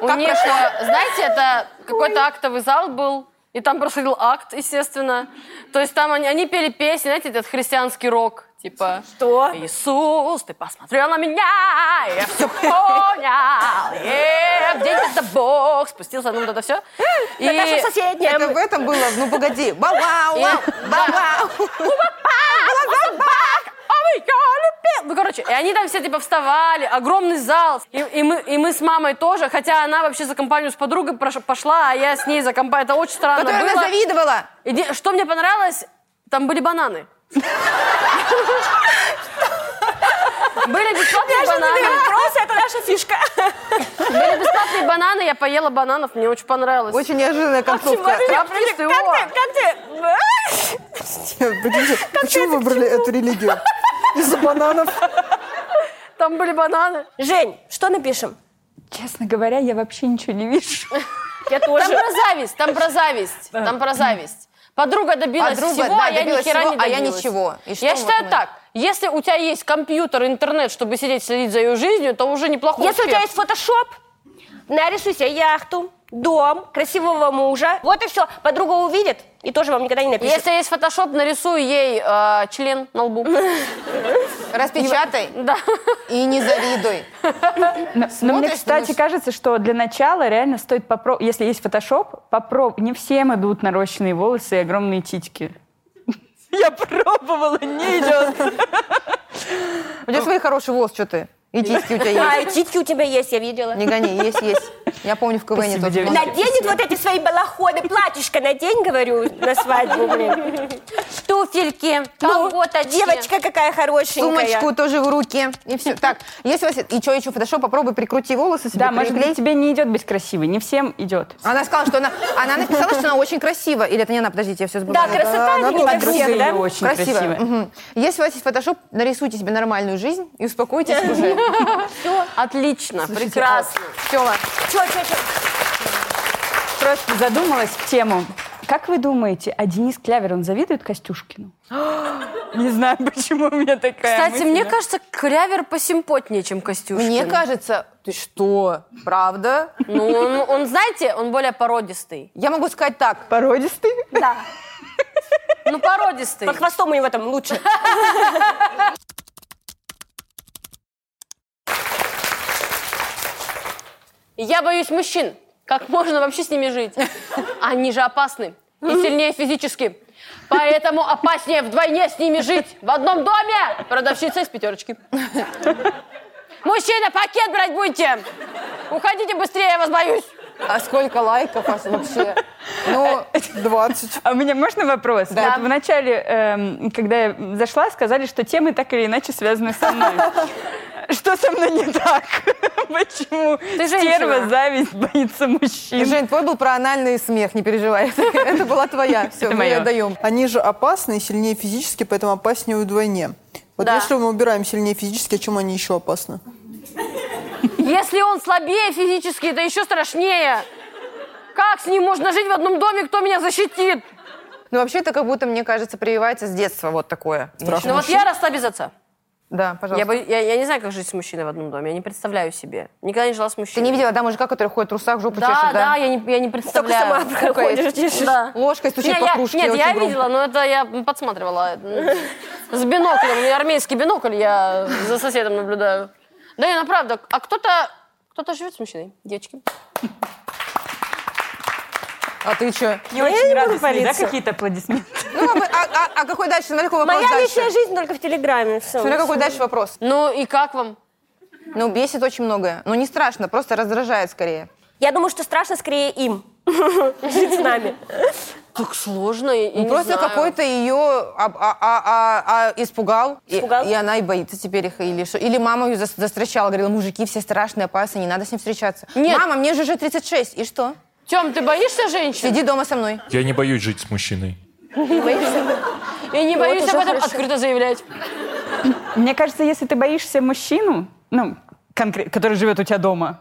У них, э, знаете, это какой-то актовый зал был, и там проходил акт, естественно. То есть там они, они пели песни, знаете, этот христианский рок, типа...
Что?
Иисус, ты посмотрел на меня, и я все понял, yeah, где это Бог, спустился, ну вот это все. И...
Наша соседняя.
Это в этом было, ну погоди, бау-бау,
Я-
бау-бау.
«Ой, я люблю». Ну, короче, и они там все типа вставали, огромный зал. И, и мы, и мы с мамой тоже, хотя она вообще за компанию с подругой прош- пошла, а я с ней за компанию. Это очень странно
Которая
было.
она завидовала.
Иде- Что мне понравилось, там были бананы. Были бесплатные бананы.
Просто это наша фишка.
Были бесплатные бананы, я поела бананов, мне очень понравилось.
Очень неожиданная концовка.
Баптисты, о!
Как ты, Э? как ты?
Прикиньте, почему выбрали эту религию? Из-за бананов.
Там были бананы.
Жень, что напишем?
Честно говоря, я вообще ничего не вижу.
Я
Там
тоже.
про зависть, там про зависть, там про зависть. Подруга добилась
Подруга,
всего,
да,
а я ни
добилась
хера
всего,
не
а я
добилась.
ничего. И что
я
вот
считаю
мы?
так, если у тебя есть компьютер, интернет, чтобы сидеть следить за ее жизнью, то уже неплохой
Если у
успех.
тебя есть фотошоп, нарисуй себе яхту, дом, красивого мужа. Вот и все. Подруга увидит и тоже вам никогда не напишет.
Если есть фотошоп, нарисуй ей э, член на лбу.
Распечатай
Да.
и не завидуй.
Но, но ну, мне,
Смотришь,
кстати,
думаешь-
кажется, что для начала реально стоит попробовать, если есть фотошоп, попробуй. Не всем идут нарощенные волосы и огромные титьки. Я пробовала, не идет.
У
Ну.
тебя свои хорошие волосы, что ты? И диски у тебя
А,
есть.
и титьки у тебя есть, я видела.
Не гони, есть, есть. Я помню, в КВН
Спасибо,
тоже.
девочки.
был.
Наденет вот эти свои балахоны, платьишко надень, говорю, на свадьбу, блин. Туфельки,
Ну,
колготочки. Девочка какая хорошенькая.
Сумочку тоже в руки. И все. Так, если у вас... И что еще, фотошоп, попробуй прикрути волосы себе,
Да, может
приклей.
быть, тебе не идет быть красивой, не всем идет.
Она сказала, что она... Она написала, что она очень красива. Или это не она, подождите, я все забыла.
Да, красота
она
это не
тоже
для
Подруга
всех,
ее
да?
очень красивая.
Мгм. Если у вас есть фотошоп, нарисуйте себе нормальную жизнь и успокойтесь уже.
Отлично, прекрасно.
Тёма,
Чё, чё, чё?
Просто задумалась в тему. Как вы думаете, а Денис Клявер, он завидует Костюшкину? Не знаю, почему у меня такая
Кстати,
мысль.
мне кажется, Крявер посимпотнее, чем Костюшкин.
ну.
мне кажется... Ты что? Правда?
Ну, он, он, знаете, он более породистый.
Я могу сказать так.
Породистый?
Да.
Ну, породистый.
По хвостом у него там лучше.
Я боюсь мужчин. Как можно вообще с ними жить? Они же опасны и сильнее физически. Поэтому опаснее вдвойне с ними жить. В одном доме продавщица из пятерочки. Мужчина, пакет брать будете. Уходите быстрее, я вас боюсь.
А сколько лайков вас вообще? Ну,
20.
А у меня можно вопрос?
Да.
Вот в начале, эм, когда я зашла, сказали, что темы так или иначе связаны со мной. Что со мной не так? Почему стерва,
женщина.
зависть, боится мужчин?
Жень, твой был про анальный смех, не переживай. Это была твоя. Все,
Это
мы ее
моё.
отдаем.
Они же опасны и сильнее физически, поэтому опаснее вдвойне. Вот
Да.
если мы убираем сильнее физически, а чем они еще опасны?
Если он слабее физически, это еще страшнее. Как с ним можно жить в одном доме, кто меня защитит?
Ну, вообще, это как будто, мне кажется, прививается с детства вот такое.
Страх
Ну вот я росла без отца.
Да,
Я,
пожалуйста.
бо- я, я не знаю, как жить с мужчиной в одном доме. Я не представляю себе. Никогда не жила с мужчиной.
Ты не видела, да, мужика, который ходит в русах, жопу
Да,
чешет,
да, я, не, я не представляю.
Только сама проходишь,
Кукаешь.
держишь.
Да.
Ложкой стучит
Не,
по
я-
кружке.
Нет,
очень
я
громко.
видела, но это я подсматривала. С биноклем. У меня армейский бинокль, я за соседом наблюдаю. Да и ну правда, а кто-то... Кто-то живет с мужчиной, девочки.
А ты что?
Не очень радостные, да,
палиться.
какие-то аплодисменты?
Ну, как бы, а, а- а какой дальше? Смотри, какой вопрос
Моя
дальше.
личная жизнь только в Телеграме. всё.
Смотри, какой дальше вопрос.
Ну и как вам?
Ну, бесит очень многое. Ну, не страшно, просто раздражает скорее.
Я думаю, что страшно скорее им. Жить с нами.
Так сложно, я, я не
Ну, просто
знаю.
какой-то а, ее а, испугал. И-
Испугал?
И, она и боится теперь их. Или, что- или мама ее зас- застращала, говорила, мужики все страшные, опасные, не надо с ним встречаться.
Нет.
Мама, мне же уже 36, и что?
Тем, ты боишься женщин?
Сиди дома со мной.
Я не боюсь жить с мужчиной.
И не
Вот
боюсь
уже
об этом
хорошо.
открыто заявлять.
Мне кажется, если ты боишься мужчину, ну, конкрет, который живет у тебя дома,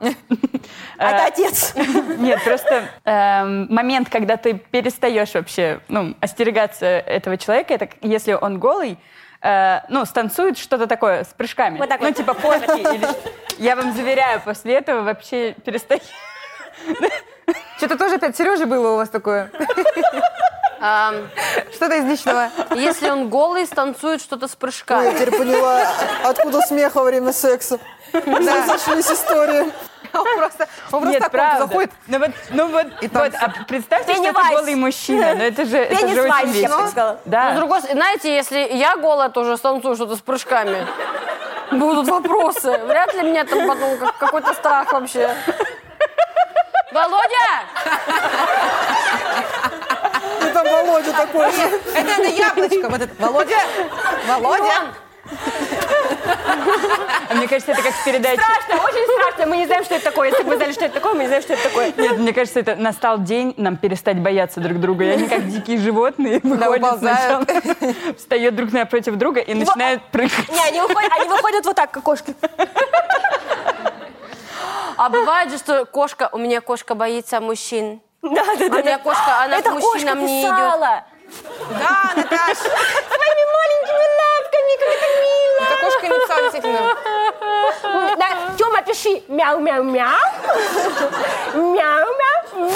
А
Это отец.
Нет, просто эм, момент, когда ты перестаешь вообще ну, остерегаться этого человека, это к- если он голый, э, ну, станцует что-то такое с прыжками.
Вот так
ну,
вот.
типа фотки. или- Я вам заверяю, после этого вообще перестаешь.
Что-то тоже опять Сережи было у вас такое.
Ам,
Что-то из личного.
Если он голый, станцует что-то с
Ой, Я
прыжками.
теперь поняла, откуда смех во время секса. Разошлись истории.
Он просто, он просто
Нет,
так
правда.
вот заходит.
Ну вот, ну вот,
И там
вот а представьте, что это
Пеннивайз.
голый мужчина. Ну это же, это же очень
Пеннивайз, я бы так
весело.
сказала.
Ну,
Ну,
С
Да.
другой стороны, знаете, если я голая, тоже станцую что-то с прыжками. Будут вопросы. Вряд ли меня там потом как- какой-то страх вообще. Володя!
И там Володя такой же.
Это, это яблочко. Вот это. Володя! Володя!
А Мне кажется, это как в передаче.
Страшно, очень страшно. Мы не знаем, что это такое. Если бы вы знали, что это такое, мы не знаем, что это такое.
Нет, мне кажется, это настал день нам перестать бояться друг друга. И они как дикие животные выходят сначала,
уползают.
встают друг напротив друга и начинают прыгать.
Не, они выходят, они выходят вот так, как кошки.
А бывает же, что кошка, у меня кошка боится мужчин. А
Да, да,
У меня кошка, она к
Это кошка
мужчинам не идет.
писала.
Да, Наташа!
Своими маленькими лапками, как это мило.
Это кошка не писала, действительно.
Да, Тёма, пиши. Мяу-мяу-мяу. Мяу-мяу. мяу.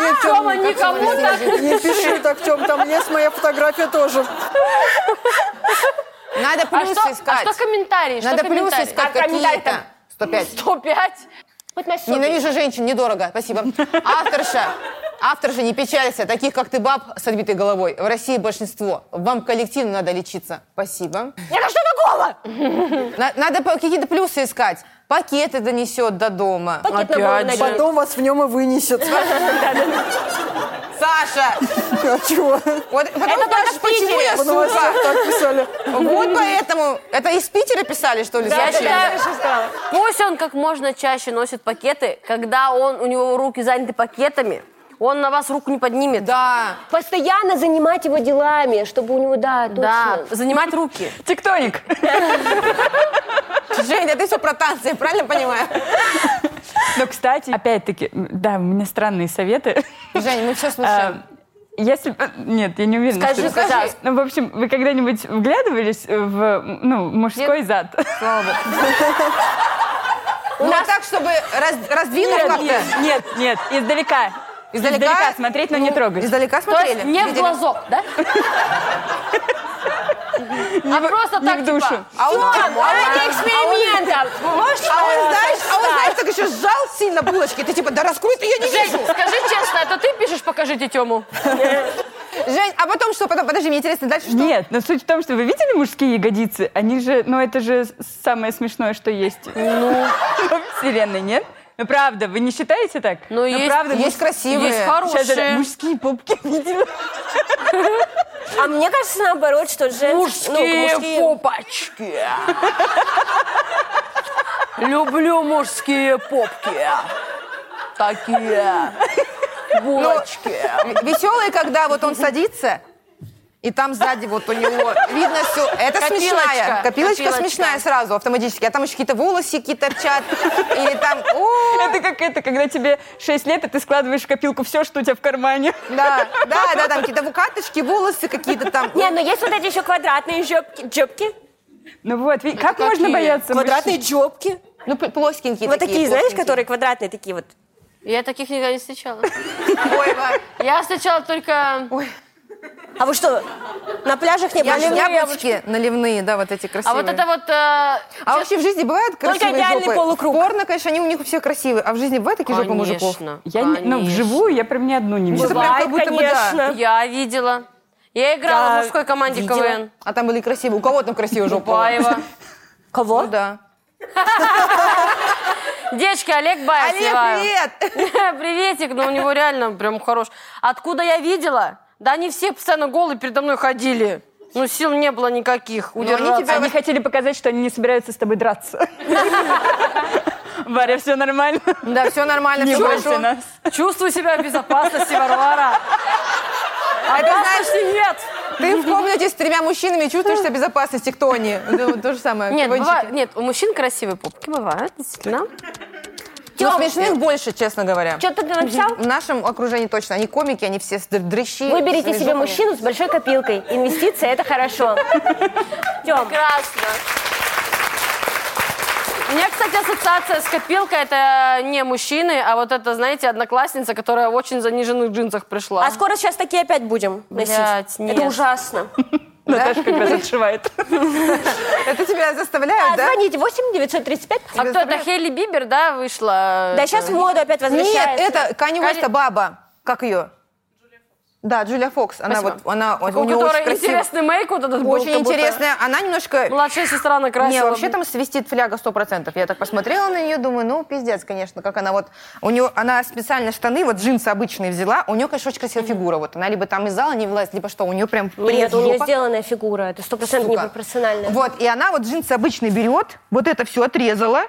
Нет,
Тёма, А никому так
Не пиши так, Тём, там есть моя фотография тоже.
Надо
А
плюсы
что, а
искать.
что комментарии? Что
Надо плюсы
комментарии?
искать
А комментарий
какие-то. 105.
105?
Вот на сопе.
Ненавижу женщин, недорого. Спасибо. Авторша. Авторша, не печалься. Таких, как ты, баб с отбитой головой. В России большинство. Вам коллективно надо лечиться. Спасибо.
Это что такого?
На- Надо по- какие-то плюсы искать. Пакеты донесет до дома.
Пакет на голову наденет.
Потом вас в нем и вынесет.
Саша!
А чего?
Вот потом
только
скажешь,
в Питере.
почему я
В новостях
сука?
так писали.
Вот поэтому. Это из Питера писали, что ли?
Я
сообщение?
считаю, пусть он как можно чаще носит пакеты, когда он, у него руки заняты пакетами, он на вас руку не поднимет.
Да.
Постоянно занимать его делами, чтобы у него, да, точно.
Да, занимать руки.
Тектоник.
Женя, ты все про танцы, я правильно понимаю?
Но, кстати, опять-таки, м, да, у меня странные советы.
Женя, мы все
А,
слушаем.
Если... э, Нет, я не уверена.
Скажи,
что-
пожалуйста.
Ну, в общем, вы когда-нибудь вглядывались э, в м, ну, мужской зад?
Ну, вот так, чтобы раз- раздвинуть
Нет,
как-то.
нет, нет, нет, издалека.
Издалека?
смотреть, но не
Ну,
трогать.
Издалека
То
смотрели?
есть не в
Видели?
глазок, да? А просто
не
так
в душу.
типа.
А он, а он-
Ради экспериментов.
а он, знаешь, а он, знаешь, так еще сжал сильно булочки. Ты типа, да раскрой ты, я не
Жень,
вижу.
скажи честно, это ты пишешь «Покажите Тему»?
Жень, а потом что? Потом, подожди, мне интересно, дальше что?
Нет, но суть в том, что вы видели мужские ягодицы? Они же, ну это же самое смешное, что есть. во вселенной, нет? Ну правда, вы не считаете так?
Ну, есть-
правда,
Есть красивые.
Есть
Сейчас же
хорошие.
мужские попки видела.
А мне кажется, наоборот, что ну, женские...
Мужские попочки. Люблю мужские попки. Такие.
Ну,
Булочки.
Веселые, когда вот он садится, и там сзади вот у него видно все. Это
Копилочка.
смешная. Копилочка,
Копилочка.
смешная сразу, автоматически. А там еще какие-то волосики торчат. Или там, о,
Это как это, когда тебе 6 лет, и ты складываешь в копилку все, что у тебя в кармане.
да, да, да, там какие-то каточки, волосы какие-то там.
Не, но есть вот эти еще квадратные жопки. Джобки.
Ну вот, ви- как можно
какие?
бояться
Квадратные
мужчин?
джобки.
Ну, п- плоскенькие
Вот такие, знаешь,
плоскенькие.
которые квадратные такие вот.
Я таких никогда не встречала.
Ой, Ва-
Я встречала только...
А вы что, на пляжах не были?
Наливные яблочки, наливные, да, вот эти
А
красивые.
вот это вот... э,
А вообще в жизни бывают красивые
идеальный
жопы?
полукруг.
В порно, конечно, они у них все красивые, а в жизни бывают такие жопы мужиков?
Конечно,
Я не-
конечно.
ну, вживую я прям ни одну не
Что-то
видела.
прям как
Бывает,
будто бы да.
конечно.
Я видела. Я играла
Я
в мужской команде
видела.
КВН.
А там были красивые. У кого там красивая жопа? была?
Баева.
Кого?
Ну Да.
Девочки, Олег Баев
Олег,
снимаю.
привет!
Приветик, но у него реально прям хорош. Откуда я видела? Да они все постоянно голые передо мной ходили. Ну, сил не было никаких.
Ну,
Удержаться.
тебя-
Они хотели показать, что они не собираются с тобой драться. Варя, все нормально.
Да, все нормально,
Не
все
бойся
хорошо.
нас.
Чувствую себя в безопасности, Варвара.
А ты знаешь,
Опасности нет.
Ты в комнате с тремя мужчинами чувствуешь себя в безопасности, кто они? Ну, то же самое.
Нет,
Кабанчики.
быва- нет, у мужчин красивые попки бывают, действительно.
Но Ну, смешных больше, честно говоря.
Что ты написал?
В нашем окружении точно. Они комики, они все с др- дрыщи.
Выберите
с
себе
жопами.
мужчину с большой копилкой. Инвестиция – это хорошо. Тем,
Прекрасно. У меня, кстати, ассоциация с копилкой это не мужчины, а вот это, знаете, одноклассница, которая в очень заниженных джинсах пришла.
а скоро сейчас такие опять будем носить.
Блядь, нет. А
Это ужасно.
Наташа как раз отшивает.
Это тебя заставляют,
А,
да?
звоните 8 935.
А кто это? Хейли Бибер, да, вышла? Э,
Да сейчас в моду опять возвращается.
Нет, это Канни
Кани-
Уэста баба. Как ее? Да, Джулия Фокс. Она
Спасибо.
вот, она,
у
у нее очень
которой
красивая.
интересный мейк вот этот был,
Очень
как будто
интересная. Она немножко...
Младшая сестра накрасила.
Не, вообще там свистит фляга 100%. Я так посмотрела на нее, думаю, ну, пиздец, конечно, как она вот... У нее, она специально штаны, вот джинсы обычные взяла, у нее, конечно, очень красивая фигура. Вот она либо там из зала не влазит, либо что, у нее прям
Нет,
пресс
у нее
жопа.
сделанная фигура. Это 100%
Сука.
непрофессиональная.
Вот, и она вот джинсы обычные берет, вот это все отрезала.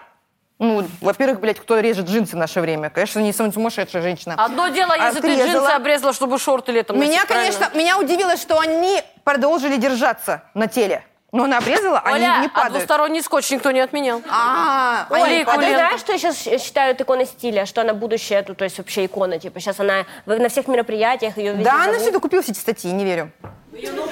Ну, во-первых, блядь, кто режет джинсы в наше время? Конечно, не сам- сумасшедшая женщина.
Одно дело, если ты
Отрезала.
джинсы обрезала, чтобы шорты летом
Меня,
носить, правильно?
конечно, меня удивило, что они продолжили держаться на теле. Но она обрезала, они
Оля,
не
а
падают.
двусторонний скотч никто не отменял.
А,
Ой,
они
Олей,
Оль, а
падают.
ты
Кулен.
знаешь, что я сейчас считают иконой стиля, что она будущее, ну, то есть вообще икона, типа сейчас она в- на всех мероприятиях ее везде
Да, она
зовут.
все докупила все эти статьи, не верю.
Ну,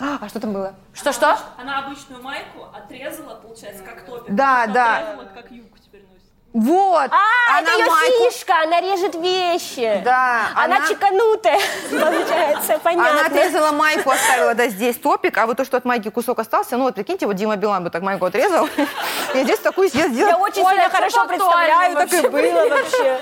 А, что там было?
Что-что?
Она обычную майку отрезала, получается, как топик.
Да, да.
Отрезала, как юбку теперь носит.
Вот!
А,
она
это ее
майку-
фишка, она режет вещи.
Да,
Она,
она-
чеканутая, получается,
Она
понятно.
отрезала майку, оставила, да, здесь топик, а вот то, что от майки кусок остался, ну вот прикиньте, вот Дима Билан бы так майку отрезал, и здесь такую сделал.
Я очень
Оля,
себя
всё
хорошо
актуально
представляю, так и
вообще.
было вообще.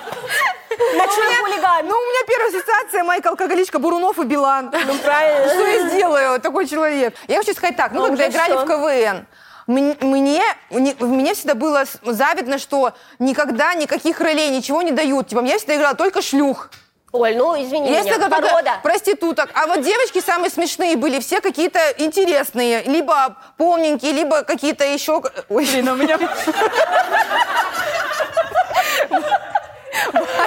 Ночной хулиган.
Ну, у меня первая ассоциация майка алкоголичка Бурунов и Билан.
Ну, правильно.
Что я сделаю, такой человек? Я хочу сказать так, ну,
Ну,
когда
уже
играли
что?
в КВН, мне, мне, не- мне всегда было с- завидно, что никогда никаких ролей, ничего не дают. Типа, я всегда играла только шлюх.
Оль, ну извини
Есть
меня,
только только
порода.
проституток. А вот девочки самые смешные были, все какие-то интересные. Либо полненькие, либо какие-то еще... Ой, блин, у меня...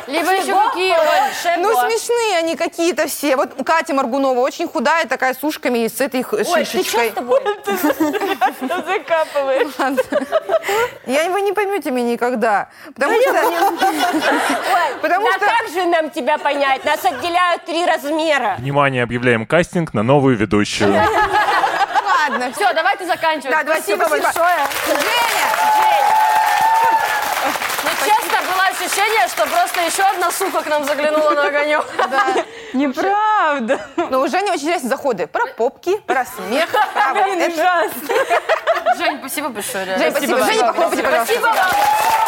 Либо еще какие, Оль,
Ну, смешные они какие-то все. Вот Катя Маргунова очень худая, такая с ушками и с этой х-
Оль, ты что
шишечкой.
с тобой?
Закапываешь.
Я вы не поймете меня никогда. Потому что... Потому
Да
что...
как же нам тебя понять? Нас отделяют три размера.
Внимание, объявляем кастинг на новую ведущую.
Ладно, все.
Все, давайте заканчивать.
Да, давайте,
Спасибо
спасибо.
большое.
Женя!
Ну, честно, было ощущение, что просто еще одна сука к нам заглянула на огонек.
Неправда.
Ну, у Жени очень интересные заходы. Про попки, про смех. про вот это.
Жень, спасибо большое. реально.
Жень, спасибо. Женя, похлопайте, пожалуйста.
Спасибо вам.